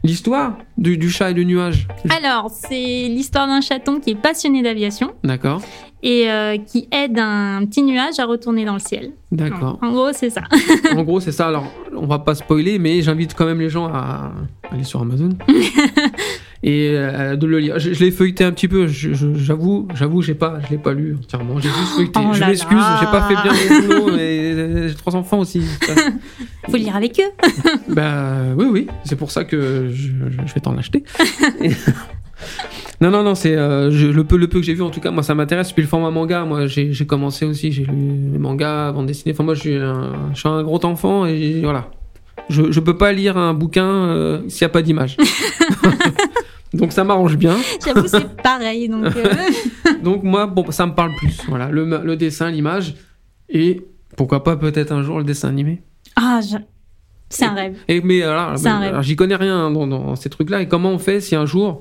L'histoire du, du chat et du nuage.
Alors, c'est l'histoire d'un chaton qui est passionné d'aviation
D'accord,
et euh, qui aide un petit nuage à retourner dans le ciel.
d'accord.
En gros, c'est ça.
En gros, c'est ça. Alors, on va pas spoiler, mais j'invite quand même les gens à aller sur Amazon et euh, de le lire. Je, je l'ai feuilleté un petit peu. je- je- J'avoue, j'avoue, j'ai pas, je l'ai pas lu entièrement. J'ai juste feuilleté.
Oh
je
là
m'excuse,
là.
j'ai pas fait bien mon boulot. mais, euh, J'ai trois enfants aussi.
Faut lire avec eux.
Bah oui, oui, c'est pour ça que je, je- je vais t'en acheter. Et- non, non, non, c'est euh, je- le peu, le peu que j'ai vu en tout cas, moi ça m'intéresse. Puis le format manga, moi j'ai j'ai commencé aussi, j'ai lu les mangas, bande dessinée. Enfin, moi je suis un, je suis un gros enfant et voilà. Je, je peux pas lire un bouquin euh, s'il n'y a pas d'image. Donc ça m'arrange bien.
J'avoue, c'est pareil. Donc, euh,
Donc moi, bon, ça me parle plus. Voilà, le, ma- le dessin, l'image et pourquoi pas peut-être un jour le dessin animé.
ah, je- c'est un rêve.
Et mais alors,
C'est un
mais-
rêve.
alors, j'y connais rien hein, dans, dans ces trucs-là. Et comment on fait si un jour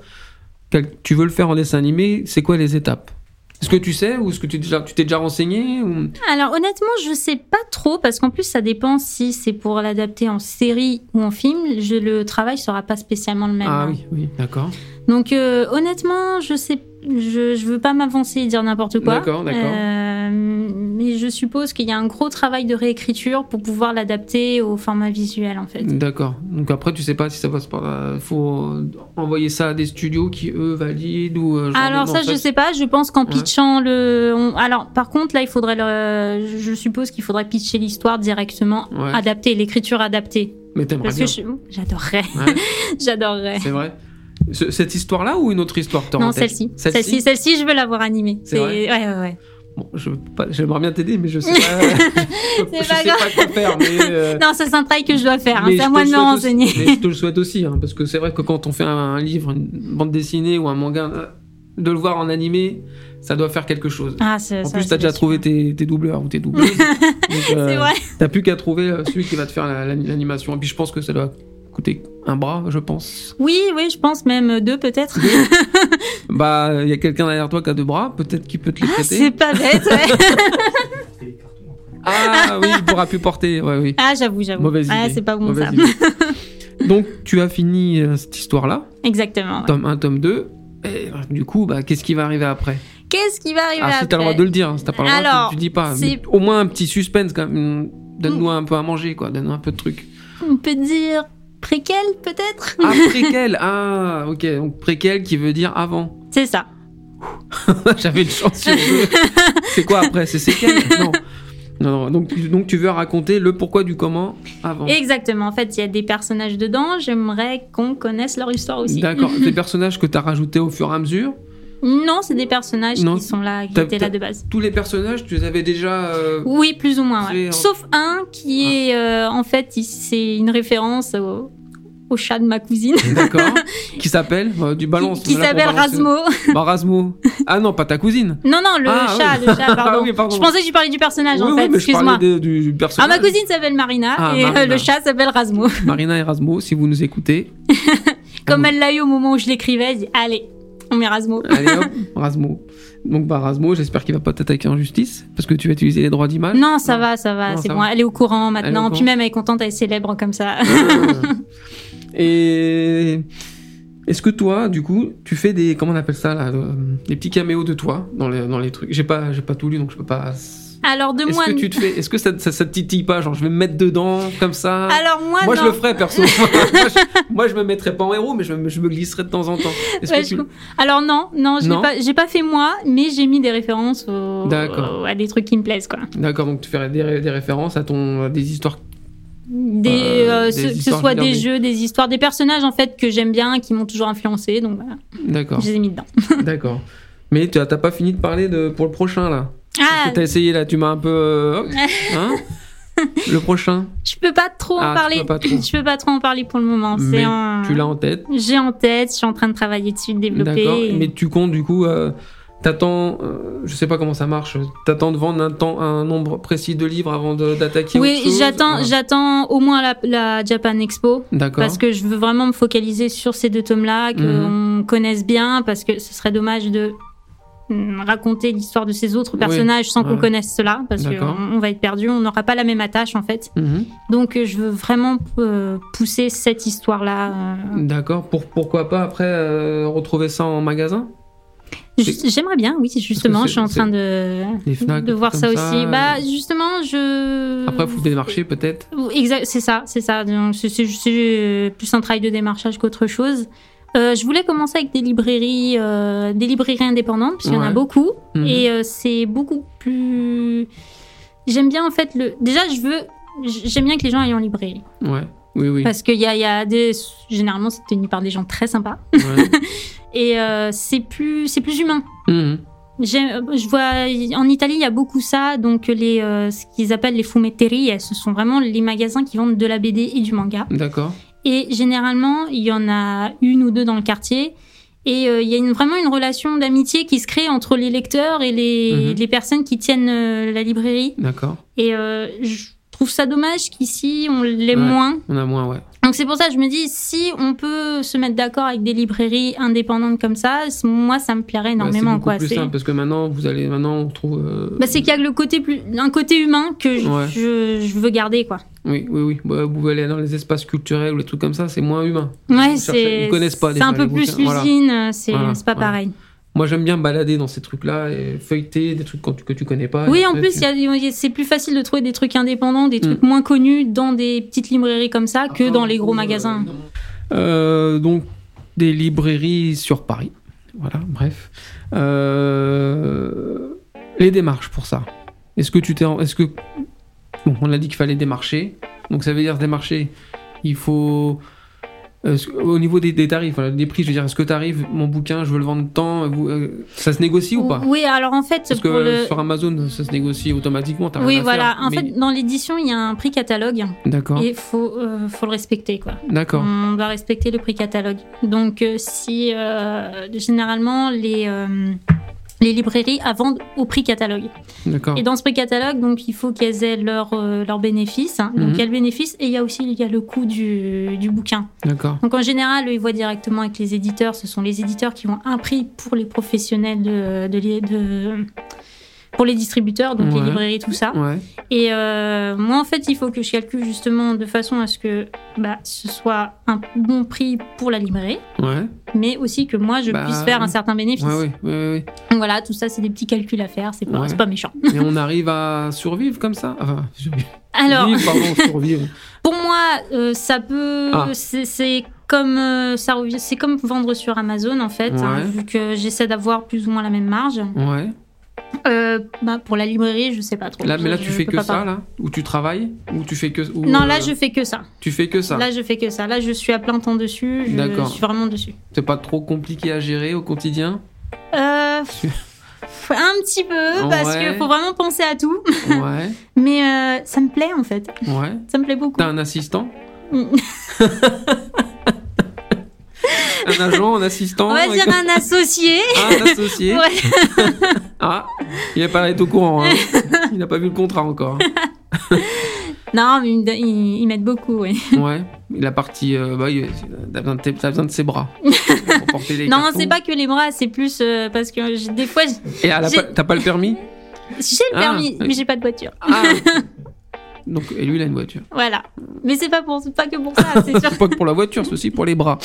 quel- tu veux le faire en dessin animé C'est quoi les étapes Est-ce que tu sais ou est-ce que tu t'es déjà, tu t'es déjà renseigné ou-
Alors honnêtement, je sais pas trop parce qu'en plus ça dépend si c'est pour l'adapter en série ou en film. Je, le travail sera pas spécialement le même.
Ah
hein.
oui, oui, d'accord.
Donc euh, honnêtement, je sais, je, je veux pas m'avancer et dire n'importe quoi.
D'accord, d'accord.
Euh, mais je suppose qu'il y a un gros travail de réécriture pour pouvoir l'adapter au format visuel en fait.
D'accord. Donc après, tu sais pas si ça passe par là. Faut euh, envoyer ça à des studios qui, eux, valident ou. euh, genre,
Alors
non,
ça, je sais pas. Je pense qu'en
Ouais.
pitchant le, on- alors par contre là, il faudrait le, je suppose qu'il faudrait pitcher l'histoire directement,
Ouais.
adapter l'écriture adaptée.
Mais t'aimerais
Parce que
bien.
je- j'adorerais,
Ouais.
j'adorerais.
C'est vrai. Ce- cette histoire-là ou une autre histoire que t'auras en
Non,
tête
celle-ci. Celle-ci,
Celle-ci
celle-ci, je veux l'avoir animée.
C'est vrai
ouais, ouais, ouais.
Bon, je veux pas- j'aimerais bien t'aider, mais je sais pas. je
pas
sais
grave.
pas quoi faire, mais. euh,
Non, ça c'est un travail que je dois faire. hein.
mais
C'est
je
à
te
moi
le
de me
souhaite
renseigner.
aussi. Mais je te le souhaite aussi, hein, parce que c'est vrai que quand on fait un, un livre, une bande dessinée ou un manga, euh, de le voir en animé, ça doit faire quelque chose.
Ah, c'est
En
ça,
plus,
c'est
t'as déjà
sûr.
trouvé tes, tes doubleurs ou tes doubleuses. Donc, euh,
C'est vrai.
T'as plus qu'à trouver euh, celui qui va te faire la- la- l'animation. Et puis, je pense que ça doit coûter un bras, je pense.
Oui, oui, je pense même deux peut-être.
Bah, il y a quelqu'un derrière toi qui a deux bras, peut-être qu'il peut te les
Ah,
prêter.
c'est pas bête. ouais.
Et les cartons après.
Ah oui, il pourra plus porter. Ouais, oui.
Ah, j'avoue, j'avoue.
Mauvaise
Ah,
idée.
c'est pas bon
Mauvaise
ça.
idée. Donc, tu as fini euh, cette histoire-là,
Exactement. ouais.
tome 1, tome 2. Et euh, du coup, bah, qu'est-ce qui va arriver après
Qu'est-ce qui va arriver
Ah, si t'as le droit
après
de le dire, hein, si t'as pas le droit, tu-
Alors,
tu, dis pas.
c'est- Hmm.
Mais Au moins un petit suspense quand même. Donne-nous un peu à manger, quoi. Donne-nous un peu de trucs.
On peut dire préquel peut-être.
Ah, préquel Ah, ok. Donc, préquel qui veut dire avant.
C'est ça.
J'avais une chance sur deux. C'est quoi après C'est séquel Non. Non, non. Donc, tu- donc, tu veux raconter le pourquoi du comment avant.
Exactement. En fait, il y a des personnages dedans. J'aimerais qu'on connaisse leur histoire aussi.
D'accord. Des personnages que t'as rajoutés au fur et à mesure.
Non, c'est des personnages
Non.
qui sont là, qui
T'as-
étaient là
t'as-
de base.
Tous les personnages, tu les avais déjà. euh,
Oui, plus ou moins. ouais.
C'est-
Sauf un qui est euh, en fait, il- c'est une référence au, au chat de ma cousine
D'accord. qui s'appelle euh, Du balance.
qui, qui
voilà pour
s'appelle
balancer.
Rasmo.
Bah, Rasmo. Ah non, pas ta cousine.
Non, non, le
Ah,
chat,
oui.
le chat, pardon.
Ah oui, pardon.
Je pensais que tu parlais du personnage
Oui,
en
oui,
fait,
mais je
excuse-moi.
parlais de- du, du
Ah,
personnage.
ma cousine s'appelle Marina
Ah,
et euh,
Marina.
le chat s'appelle Rasmo.
Marina et Rasmo, si vous nous écoutez. Ah
Comme elle l'a eu au moment où je l'écrivais, elle dit Allez, on met Rasmo.
Allez hop, Rasmo. Donc bah Rasmo, j'espère qu'il va pas t'attaquer en justice parce que tu vas utiliser les droits d'image.
Non, ça va, ça va,
Non,
c'est
ça
bon.
va.
Elle est au courant
est au
maintenant. Puis
courant.
même, elle est contente, elle est célèbre comme ça.
Et est-ce que toi, du coup, tu fais des comment on appelle ça là, euh, des petits caméos de toi dans les dans les trucs. J'ai pas j'ai pas tout lu donc je peux pas.
Alors, de
Est-ce
moi.
que tu te fais Est-ce que ça, ça, ça te titille pas Genre je vais me mettre dedans comme ça.
Alors, moi,
moi
Ah non.
je le ferais perso. moi, je, moi, je me mettrais pas en héros mais je me, je me glisserais de temps en temps. Est-ce
Ouais,
que
je
tu
com- Alors non, non, je l'ai
Non
pas- j'ai pas, fait moi, mais j'ai mis des références au-
D'accord.
au- à des trucs qui me plaisent quoi.
D'accord, donc tu ferais des, ré- des références à ton à des histoires.
Des,
Euh,
euh,
des
ce- que ce
histoires
soit des
regardées.
jeux, des histoires, des personnages en fait que j'aime bien, qui m'ont toujours influencé, donc voilà,
D'accord,
je les ai mis dedans.
d'accord. Mais tu as- t'as pas fini de parler de pour le prochain là. Parce
Ah,
que T'as essayé là, tu m'as un peu. euh, hop, hein le prochain,
je peux pas trop
Ah,
en
tu
parler.
peux pas trop.
je peux pas trop en parler pour le moment. c'est
Mais
un-
tu l'as en tête,
J'ai en tête, je suis en train de travailler dessus, de développer.
d'accord.
et-
Mais tu comptes du coup, euh, t'attends, euh, je sais pas comment ça marche, t'attends de vendre un temps, un nombre précis de livres avant de- d'attaquer.
Oui,
autre chose
j'attends,
Voilà.
j'attends au moins la, la Japan Expo.
D'accord.
parce que je veux vraiment me focaliser sur ces deux tomes-là,
Mhm.
qu'on connaisse bien, parce que ce serait dommage de mm, raconter l'histoire de ces autres
Oui,
personnages sans qu'on
ouais.
connaisse cela, parce
D'accord.
qu'on on va être perdu, on n'aura pas la même attache en fait.
Mhm.
Donc euh, je veux vraiment euh, pousser cette histoire-là. euh.
D'accord. Pour pourquoi pas après euh, retrouver ça en magasin
Juste- J'aimerais bien, oui, justement,
c'est-
je suis en
c'est-
train de,
Les Fnac,
Mm, de
des
voir
trucs
ça
comme
aussi.
ça,
Bah euh,
euh.
justement, je...
Après, faut démarcher peut-être.
Exact, c'est ça, c'est ça. Donc c'est- c'est c'est, euh, plus un travail de démarchage qu'autre chose. Euh, je voulais commencer avec des librairies, euh, des librairies indépendantes, puisqu'il y en a
Ouais.
beaucoup,
Mhm.
et euh, c'est beaucoup plus. J'aime bien en fait le. Déjà, je veux. J'aime bien que les gens aillent en librairie,
Ouais. Oui, oui.
parce qu'il y a, il y a des. Généralement, c'est tenu par des gens très sympas,
Ouais.
et euh, c'est plus, c'est plus humain.
Mhm.
J'aime- Je vois en Italie, il y a beaucoup ça, donc les, euh, ce qu'ils appellent les fumetteries, ce sont vraiment les magasins qui vendent de la BD et du manga.
D'accord.
Et généralement, il y en a une ou deux dans le quartier. Et euh, il y a une- vraiment une relation d'amitié qui se crée entre les lecteurs et les,
Mhm.
les personnes qui tiennent euh, la librairie.
D'accord.
Et euh, je trouve ça dommage qu'ici, on l'ait
Ouais.
moins.
On a moins, ouais. Bah,
Donc c'est pour ça que je me dis, si on peut se mettre d'accord avec des librairies indépendantes comme ça, c- moi, ça me plairait
Ouais,
énormément.
Bah, c'est beaucoup
quoi.
plus
C'est-
simple parce que maintenant, vous allez, maintenant, on trouve. euh,
Bah, c'est qu'il y a le côté plus... un côté humain que je,
Ouais.
je- je veux garder. quoi.
Oui, oui, oui. Bah, vous allez dans les espaces culturels ou les trucs comme ça, c'est moins humain.
Ouais,
cherchez-
c'est
ils connaissent pas
c'est
déjà
un peu
les
plus
bouquins, voilà.
l'usine, euh, c'est
Voilà,
c'est pas
voilà.
pareil.
Moi, j'aime bien balader dans ces trucs-là et feuilleter des trucs quand tu, que tu connais pas.
Oui,
Et
en
après,
plus,
tu- Mm.
il y a- il y a- c'est plus facile de trouver des trucs indépendants, des trucs moins connus dans des petites librairies comme ça que
Ah,
dans les gros magasins.
Euh, donc, des librairies sur Paris. Voilà, bref. Euh, les démarches pour ça. Est-ce que tu t'es. Est-ce que. Bon, on a dit qu'il fallait démarcher. Donc, ça veut dire démarcher. Il faut. est-ce que- Au niveau des, des tarifs, voilà, des prix, je veux dire, est-ce que tu arrives, mon bouquin, je veux le vendre tant, vous- euh, ça se négocie ou pas
Oui, alors en fait,
Parce
pour
que euh,
le...
sur Amazon, ça se négocie automatiquement. t'as rien
oui,
à
voilà.
faire,
en
mais-
fait, dans l'édition, il y a un prix catalogue
D'accord.
et faut euh, faut le respecter quoi.
D'accord.
On doit respecter le prix catalogue. Donc euh, si euh, généralement les euh, les librairies à vendent au prix catalogue.
D'accord.
Et dans ce prix catalogue, donc il faut qu'elles aient leurs euh, leurs bénéfices. hein. Donc
Mhm.
il y a le bénéfice et il y a aussi il y a le coût du, du bouquin.
D'accord.
Donc en général, eux, ils voient directement avec les éditeurs. Ce sont les éditeurs qui ont un prix pour les professionnels de, de, li- de- pour les distributeurs, donc
Ouais.
les librairies, tout ça.
Ouais.
Et euh, moi, en fait, il faut que je calcule justement de façon à ce que bah, ce soit un bon prix pour la librairie,
Ouais.
mais aussi que moi, je
Bah,
puisse faire un
oui.
certain bénéfice.
Ouais, ouais, ouais, ouais.
Donc Voilà, tout ça, c'est des petits calculs à faire. C'est pas,
Ouais.
c'est pas méchant.
Et on arrive à survivre comme ça Enfin, survivre,
Alors,
pardon, survivre.
pour moi, euh, ça peut.
Ah.
c'est- C'est comme euh, ça revient- C'est comme vendre sur Amazon, en fait,
Ouais.
hein, vu que j'essaie d'avoir plus ou moins la même marge.
Ouais.
Euh, bah, pour la librairie, je sais pas trop.
Là, mais là,
Je-
tu
je
fais
peux
que
pas
ça,
parler.
là Ou tu travailles Ou tu fais que. ou,
Non,
euh,
là, je fais que ça.
Tu fais que ça.
Là, je fais que ça. Là, je suis à plein temps dessus. Je
D'accord.
suis vraiment dessus.
C'est pas trop compliqué à gérer au quotidien
Euh,
Tu-
un petit peu, parce
Ouais.
que faut vraiment penser à tout.
Ouais.
Mais euh, ça me plaît en fait.
Ouais.
Ça me plaît beaucoup.
T'as un assistant
On
Un agent, un assistant
va dire un associé.
Ah, un associé
Ouais.
Ah, il a pas été au courant. hein. Il n'a pas vu le contrat encore. hein.
Non, mais ils, ils- ils m'aident beaucoup, ouais.
Ouais. La partie. euh, bah, il- t'as besoin, de tes- t'as besoin de ses bras. Pour porter les
Non,
cartons.
c'est pas que les bras, c'est plus euh, parce que j'ai- des fois, j'ai
Et elle a
j'ai-
pas- t'as pas le permis
j'ai le
Ah.
permis, mais j'ai pas de voiture.
Ah Donc, et lui, il a une voiture.
Voilà. Mais c'est pas, pour, c'est pas que pour ça, c'est sûr.
C'est pas que pour la voiture, c'est aussi pour les bras.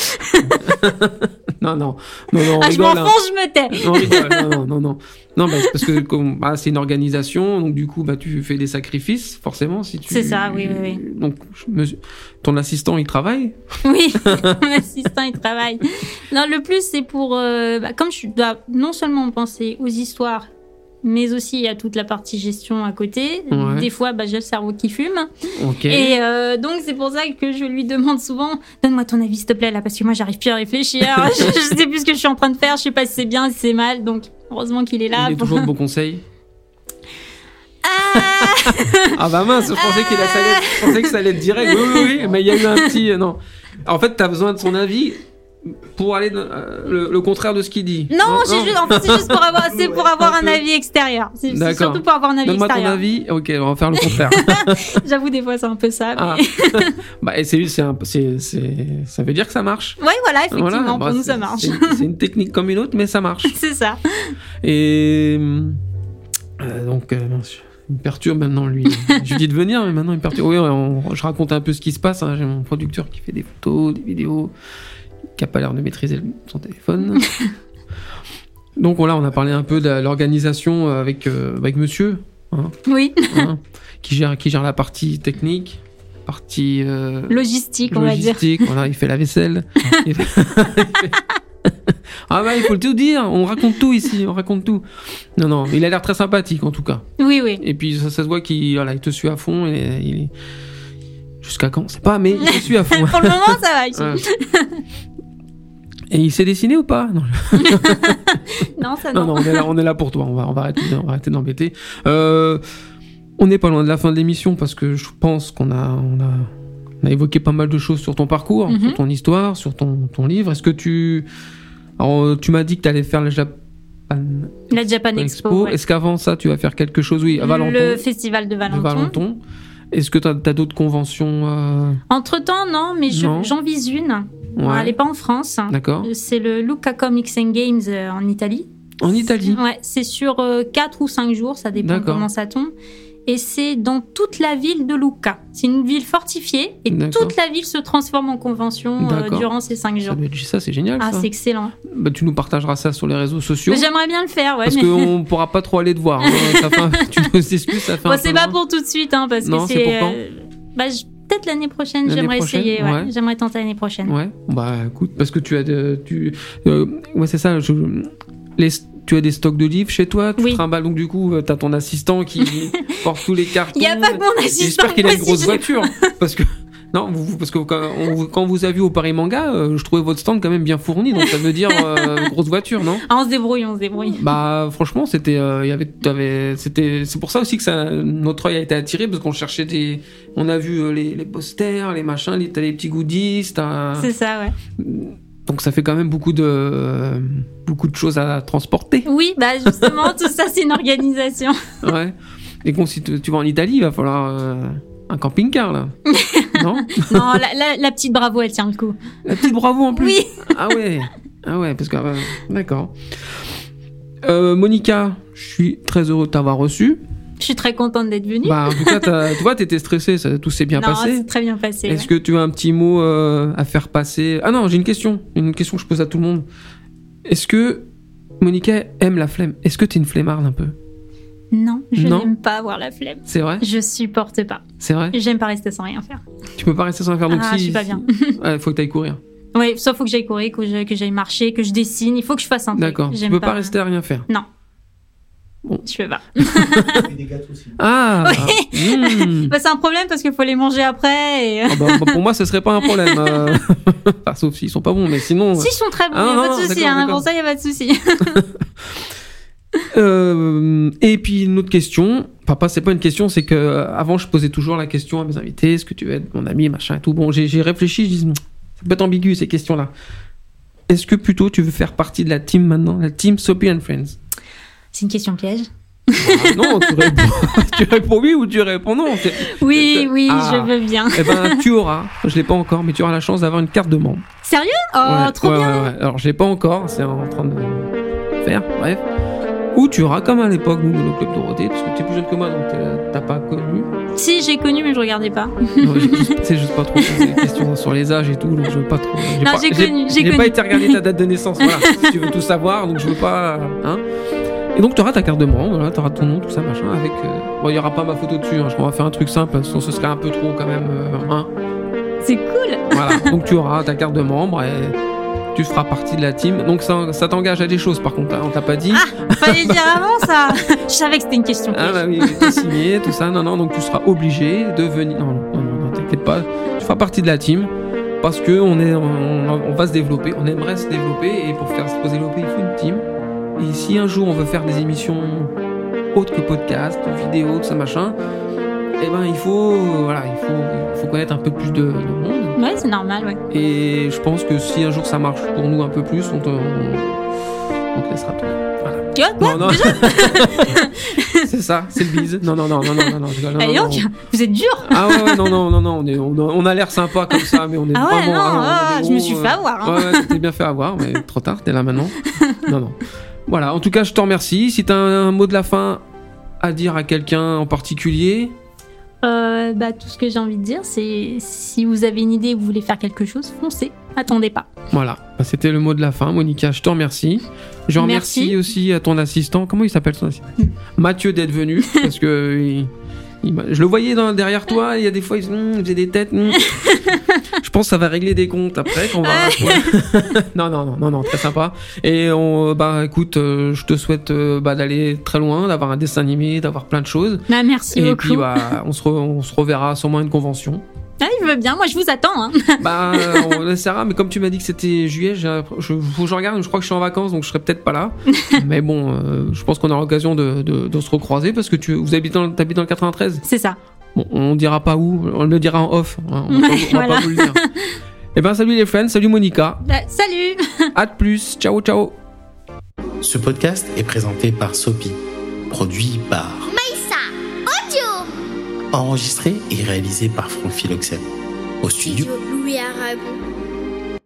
non, non, non, non, on
Ah, je
rigole. hein.
m'enfonce, je me tais.
On rigole, Non, non, non, non. Non, bah, c'est parce que comme, bah, c'est une organisation, donc du coup, bah, tu fais des sacrifices, forcément, si tu.
C'est ça, oui, oui, oui.
Donc, je me- ton assistant, il travaille.
Oui, mon assistant, il travaille. Non, le plus, c'est pour. euh, bah, comme je dois non seulement penser aux histoires, mais aussi à toute la partie gestion à côté,
Ouais.
des fois, bah, j'ai le cerveau qui fume.
Ok.
Et euh, donc, c'est pour ça que je lui demande souvent Donne-moi ton avis, s'il te plaît, là, parce que moi, j'arrive plus à réfléchir. je, je sais plus ce que je suis en train de faire, je sais pas si c'est bien, si c'est mal. Donc, heureusement qu'il est là.
il est
pour-
toujours de bons conseils.
Ah
Ah bah mince, je pensais, qu'il
Euh.
a- ça allait être- je pensais que ça allait être direct. Oui, oui, oui, mais il y a eu un petit. euh, non. En fait, t'as besoin de son avis pour aller dans- euh, le, le contraire de ce qu'il dit.
Non, c'est juste, en fait, c'est juste pour avoir, c'est pour avoir
un
un
peu.
avis extérieur. C'est c'est
D'accord.
surtout pour avoir un avis
Donne-moi ton
extérieur.
avis. Ok, on va faire le contraire.
J'avoue, des fois, c'est un peu ça. mais-
Ah. bah, et c'est, c'est, un- c'est- c'est- ça veut dire que ça marche.
Ouais, voilà, effectivement,
Voilà,
pour
bah,
nous,
c'est-
ça marche.
C'est, c'est une technique comme une autre, mais ça marche.
C'est ça.
Et euh, donc, euh, mince, il me perturbe maintenant lui. je lui dis de venir, mais maintenant il me perturbe. Oui, on- je raconte un peu ce qui se passe. hein. J'ai mon producteur qui fait des photos, des vidéos, qui a pas l'air de maîtriser le- son téléphone. donc voilà, on a parlé un peu de l'organisation avec euh, avec Monsieur.
Oui,
hein, qui, gère, qui gère la partie technique, partie euh,
logistique, on va dire.
logistique. Voilà, il fait la vaisselle. Il fait- il fait- ah bah, il faut tout dire. On raconte tout ici, on raconte tout. Non, non, il a l'air très sympathique en tout cas.
Oui, oui.
Et puis ça, ça se voit qu'il voilà, il te suit à fond. Et, il est- Jusqu'à quand On sait pas, mais il te suit à fond.
Pour le moment, ça va. ici.
Ouais. Et il s'est dessiné ou pas Non,
Non, ça
non,
non.
non, on est là, on est là pour toi. On va, on va arrêter, de- on va arrêter d'embêter. Euh, on n'est pas loin de la fin de l'émission parce que je pense qu'on a, on a, on a évoqué pas mal de choses sur ton parcours,
Mhm.
sur ton histoire, sur ton, ton livre. Est-ce que tu, alors, euh, tu m'as dit que tu allais faire la Japan
La Japan
Expo.
Expo, ouais.
Est-ce qu'avant ça, tu vas faire quelque chose Oui, à Valenton,
le festival de
de
Valenton.
Valenton. Est-ce que tu as, d'autres conventions euh,
Entre temps, non, mais je-
Non.
j'en vise une. Bon,
ouais,
elle n'est pas en France.
D'accord.
C'est le Luca Comics and Games euh, en Italie.
En Italie
Ouais, c'est sur 4 ou 5 jours, ça dépend
D'accord.
comment ça tombe. Et c'est dans toute la ville de Lucca. C'est une ville fortifiée et
D'accord.
toute la ville se transforme en convention euh,
D'accord.
durant ces 5
Ça,
jours.
doit être- ça, c'est génial.
Ah,
ça.
c'est excellent.
Bah, tu nous partageras ça sur les réseaux sociaux.
Mais J'aimerais bien le faire, ouais.
Parce
mais-
qu'on pourra pas trop aller te voir. hein. Ça fait un- tu nous excuses, ça fait
Bon,
un
c'est
peu
pas
loin.
pour tout de suite, hein, parce
Non,
que
c'est
c'est.
pour
euh, bah, je- Peut-être l'année prochaine,
L'année
j'aimerais
prochaine,
essayer. ouais.
ouais.
J'aimerais tenter l'année prochaine.
Ouais, bah écoute, parce que tu as de, tu, euh, ouais c'est ça, je- les, tu as des stocks de livres chez toi, tu
Oui.
trimbales donc du coup, euh, t'as ton assistant qui porte tous les cartons.
Il n'y a pas que mon
Et
assistant.
J'espère qu'il a une
moi,
grosse
si j'ai-
voiture, parce que non, vous- vous- parce que quand, on vous- quand on vous a vu au Paris Manga, euh, je trouvais votre stand quand même bien fourni, donc ça veut dire euh, grosse voiture, non
Ah, on se débrouille, on se débrouille.
Bah franchement, c'était, euh, il y avait, t'avais- c'était, c'est pour ça aussi que ça, notre œil a été attiré parce qu'on cherchait des, on a vu euh, les, les posters, les machins, les, t'as les petits goodies, t'as.
C'est ça, ouais.
Donc ça fait quand même beaucoup de euh, beaucoup de choses à transporter.
Oui, bah justement, tout ça, c'est une organisation.
Ouais. Et bon, si tu tu vas en Italie, il va falloir euh, un camping-car là. non
Non, la, la- la petite bravo, elle tient le coup.
La petite Bravo en plus.
Oui,
Ah ouais. Ah ouais, parce que euh, d'accord. Euh, Monica, je suis très heureux de t'avoir reçue.
je suis très contente d'être venue.
Bah, en tout cas, t'as- tu vois, t'étais stressée, ça, tout s'est bien
non,
passé.
c'est très bien passé.
Est-ce
ouais.
que tu as un petit mot euh, à faire passer Ah non, j'ai une question. Une question que je pose à tout le monde. Est-ce que Monica aime la flemme Est-ce que t'es une flemmarde un peu
Non, je
Non.
n'aime pas avoir la flemme.
C'est vrai
Je supporte pas.
C'est vrai
J'aime pas rester sans rien faire.
Tu peux pas rester sans faire donc
Ah,
si-
je suis pas
si-
bien.
Ouais, faut que t'ailles courir.
Oui, soit faut que j'aille courir, que je- que j'aille marcher, que je dessine. Il faut que je fasse un truc.
D'accord. Tu
J'aime
peux pas... rester à rien faire.
Je peux pas.
Et des gâteaux aussi.
Ah hmm.
Bah, c'est un problème parce qu'il faut les manger après. Et... euh,
Ah bah, bah, Pour moi, ce serait pas un problème. euh. Enfin, sauf s'ils sont pas bons, mais sinon.
Si, ils sont très bons,
Ah,
y a
non,
pas de
non,
souci.
d'accord,
hein,
d'accord.
pour ça, il a pas de souci.
Euh, et puis une autre question. Papa, c'est pas une question, c'est que euh, avant je posais toujours la question à mes invités, est-ce que tu veux être mon ami, machin et tout. Bon, j'ai j'ai réfléchi, je dis, c'est pas ambigu ces questions-là. Est-ce que plutôt tu veux faire partie de la team maintenant, la team Soapy and Friends
C'est une question piège.
Ah, Non, tu réponds, tu réponds oui ou tu réponds non. c'est-
Oui,
Euh,
oui,
ah.
je veux bien.
Eh ben, tu auras, je l'ai pas encore, mais tu auras la chance d'avoir une carte de membre.
Sérieux Oh,
Ouais,
trop
ouais,
bien.
ouais, ouais. Alors, je l'ai pas encore, c'est en train de faire, bref. Ou tu auras, comme à l'époque, nous, le club Dorothée, parce que t'es plus jeune que moi, donc t'es- euh, t'as pas connu.
Si, j'ai connu, mais je regardais pas.
Non, j'ai- Tu sais, je sais pas trop poser des questions sur les âges et tout, donc je veux pas trop.
Non,
pas-
j'ai connu, j'ai
J'ai pas
connu.
été regarder ta date de naissance, voilà. si tu veux tout savoir, donc je veux pas. Hein et donc, tu auras ta carte de membre, voilà, tu auras ton nom, tout ça, machin, avec. euh, Bon, il y aura pas ma photo dessus, hein, je- on va faire un truc simple, sinon ce serait un peu trop quand même. euh, hein.
C'est cool.
Voilà, donc tu auras ta carte de membre et tu feras partie de la team. Donc ça, ça t'engage à des choses par contre, hein, on t'a pas dit. Ah,
Fallait le dire avant ça. Je savais que c'était une question piège.
bah oui, j'ai signé, tout ça, non, non, donc tu seras obligé de venir. Non, non, non, non, t'inquiète pas, tu feras partie de la team parce que on, est, on, on va se développer, on aimerait se développer et pour faire se développer, il faut une team. Et si un jour on veut faire des émissions autres que podcast, vidéo, tout ça, machin, eh ben il faut, voilà, il faut, il faut connaître un peu plus de- de monde.
Ouais, c'est normal, ouais.
Et je pense que si un jour ça marche pour nous un peu plus, on te, on, on te laissera tout.
Tu vois quoi
non, non. c'est ça, c'est le bise. Non, non, non, non, non, non, non, je rigole, non,
Eh,
non,
donc,
non.
vous êtes dur.
Ah ouais, ouais, non, non, non, non, on, est, on, on a l'air sympa comme ça, mais on est
Ah ouais,
vraiment.
non,
ah, on est
ah,
des
je me
gros,
suis
euh,
fait avoir. hein.
Ouais, ouais, t'es bien fait avoir, mais trop tard, t'es là maintenant. Non, non. Voilà, en tout cas, je te remercie. Si t'as un, un mot de la fin à dire à quelqu'un en particulier,
Euh, bah, tout ce que j'ai envie de dire, c'est si vous avez une idée et que vous voulez faire quelque chose, foncez. Attendez pas.
voilà. Bah, C'était le mot de la fin, Monica, je te remercie. Je remercie
Merci.
aussi à ton assistant. Comment il s'appelle son assistant Mathieu d'être venu parce que euh, il- il m'a- je le voyais dans- derrière toi. Il y a des fois, il, se- Hmm, il faisait des têtes. hmm. je pense que ça va régler des comptes après. Qu'on va. non, non, non, non, non, très sympa. Et on, bah, écoute, euh, je te souhaite euh, bah, d'aller très loin, d'avoir un dessin animé, d'avoir plein de choses.
Bah, merci
Et
beaucoup.
puis, bah, on se, re- on se reverra sûrement à une convention.
Ah, je veux bien, moi je vous attends. hein.
Bah, on essaiera, mais comme tu m'as dit que c'était juillet, j'ai- je, faut que je regarde, je crois que je suis en vacances, donc je serai peut-être pas là. mais bon, euh, je pense qu'on aura l'occasion de, de- de se recroiser parce que tu vous habites dans, le- t'habites dans le 93.
C'est ça.
Bon, on dira pas où, on le dira en off. hein, on, va, pas- on va
Voilà.
pas vous le dire. Et ben, salut les friends, salut Monica,
Bah, salut
à de plus, ciao ciao.
Ce podcast est présenté par Sopi, produit par
Maïssa Audio
enregistré et réalisé par Franck Philoxène. Au studio
Louis Aragon.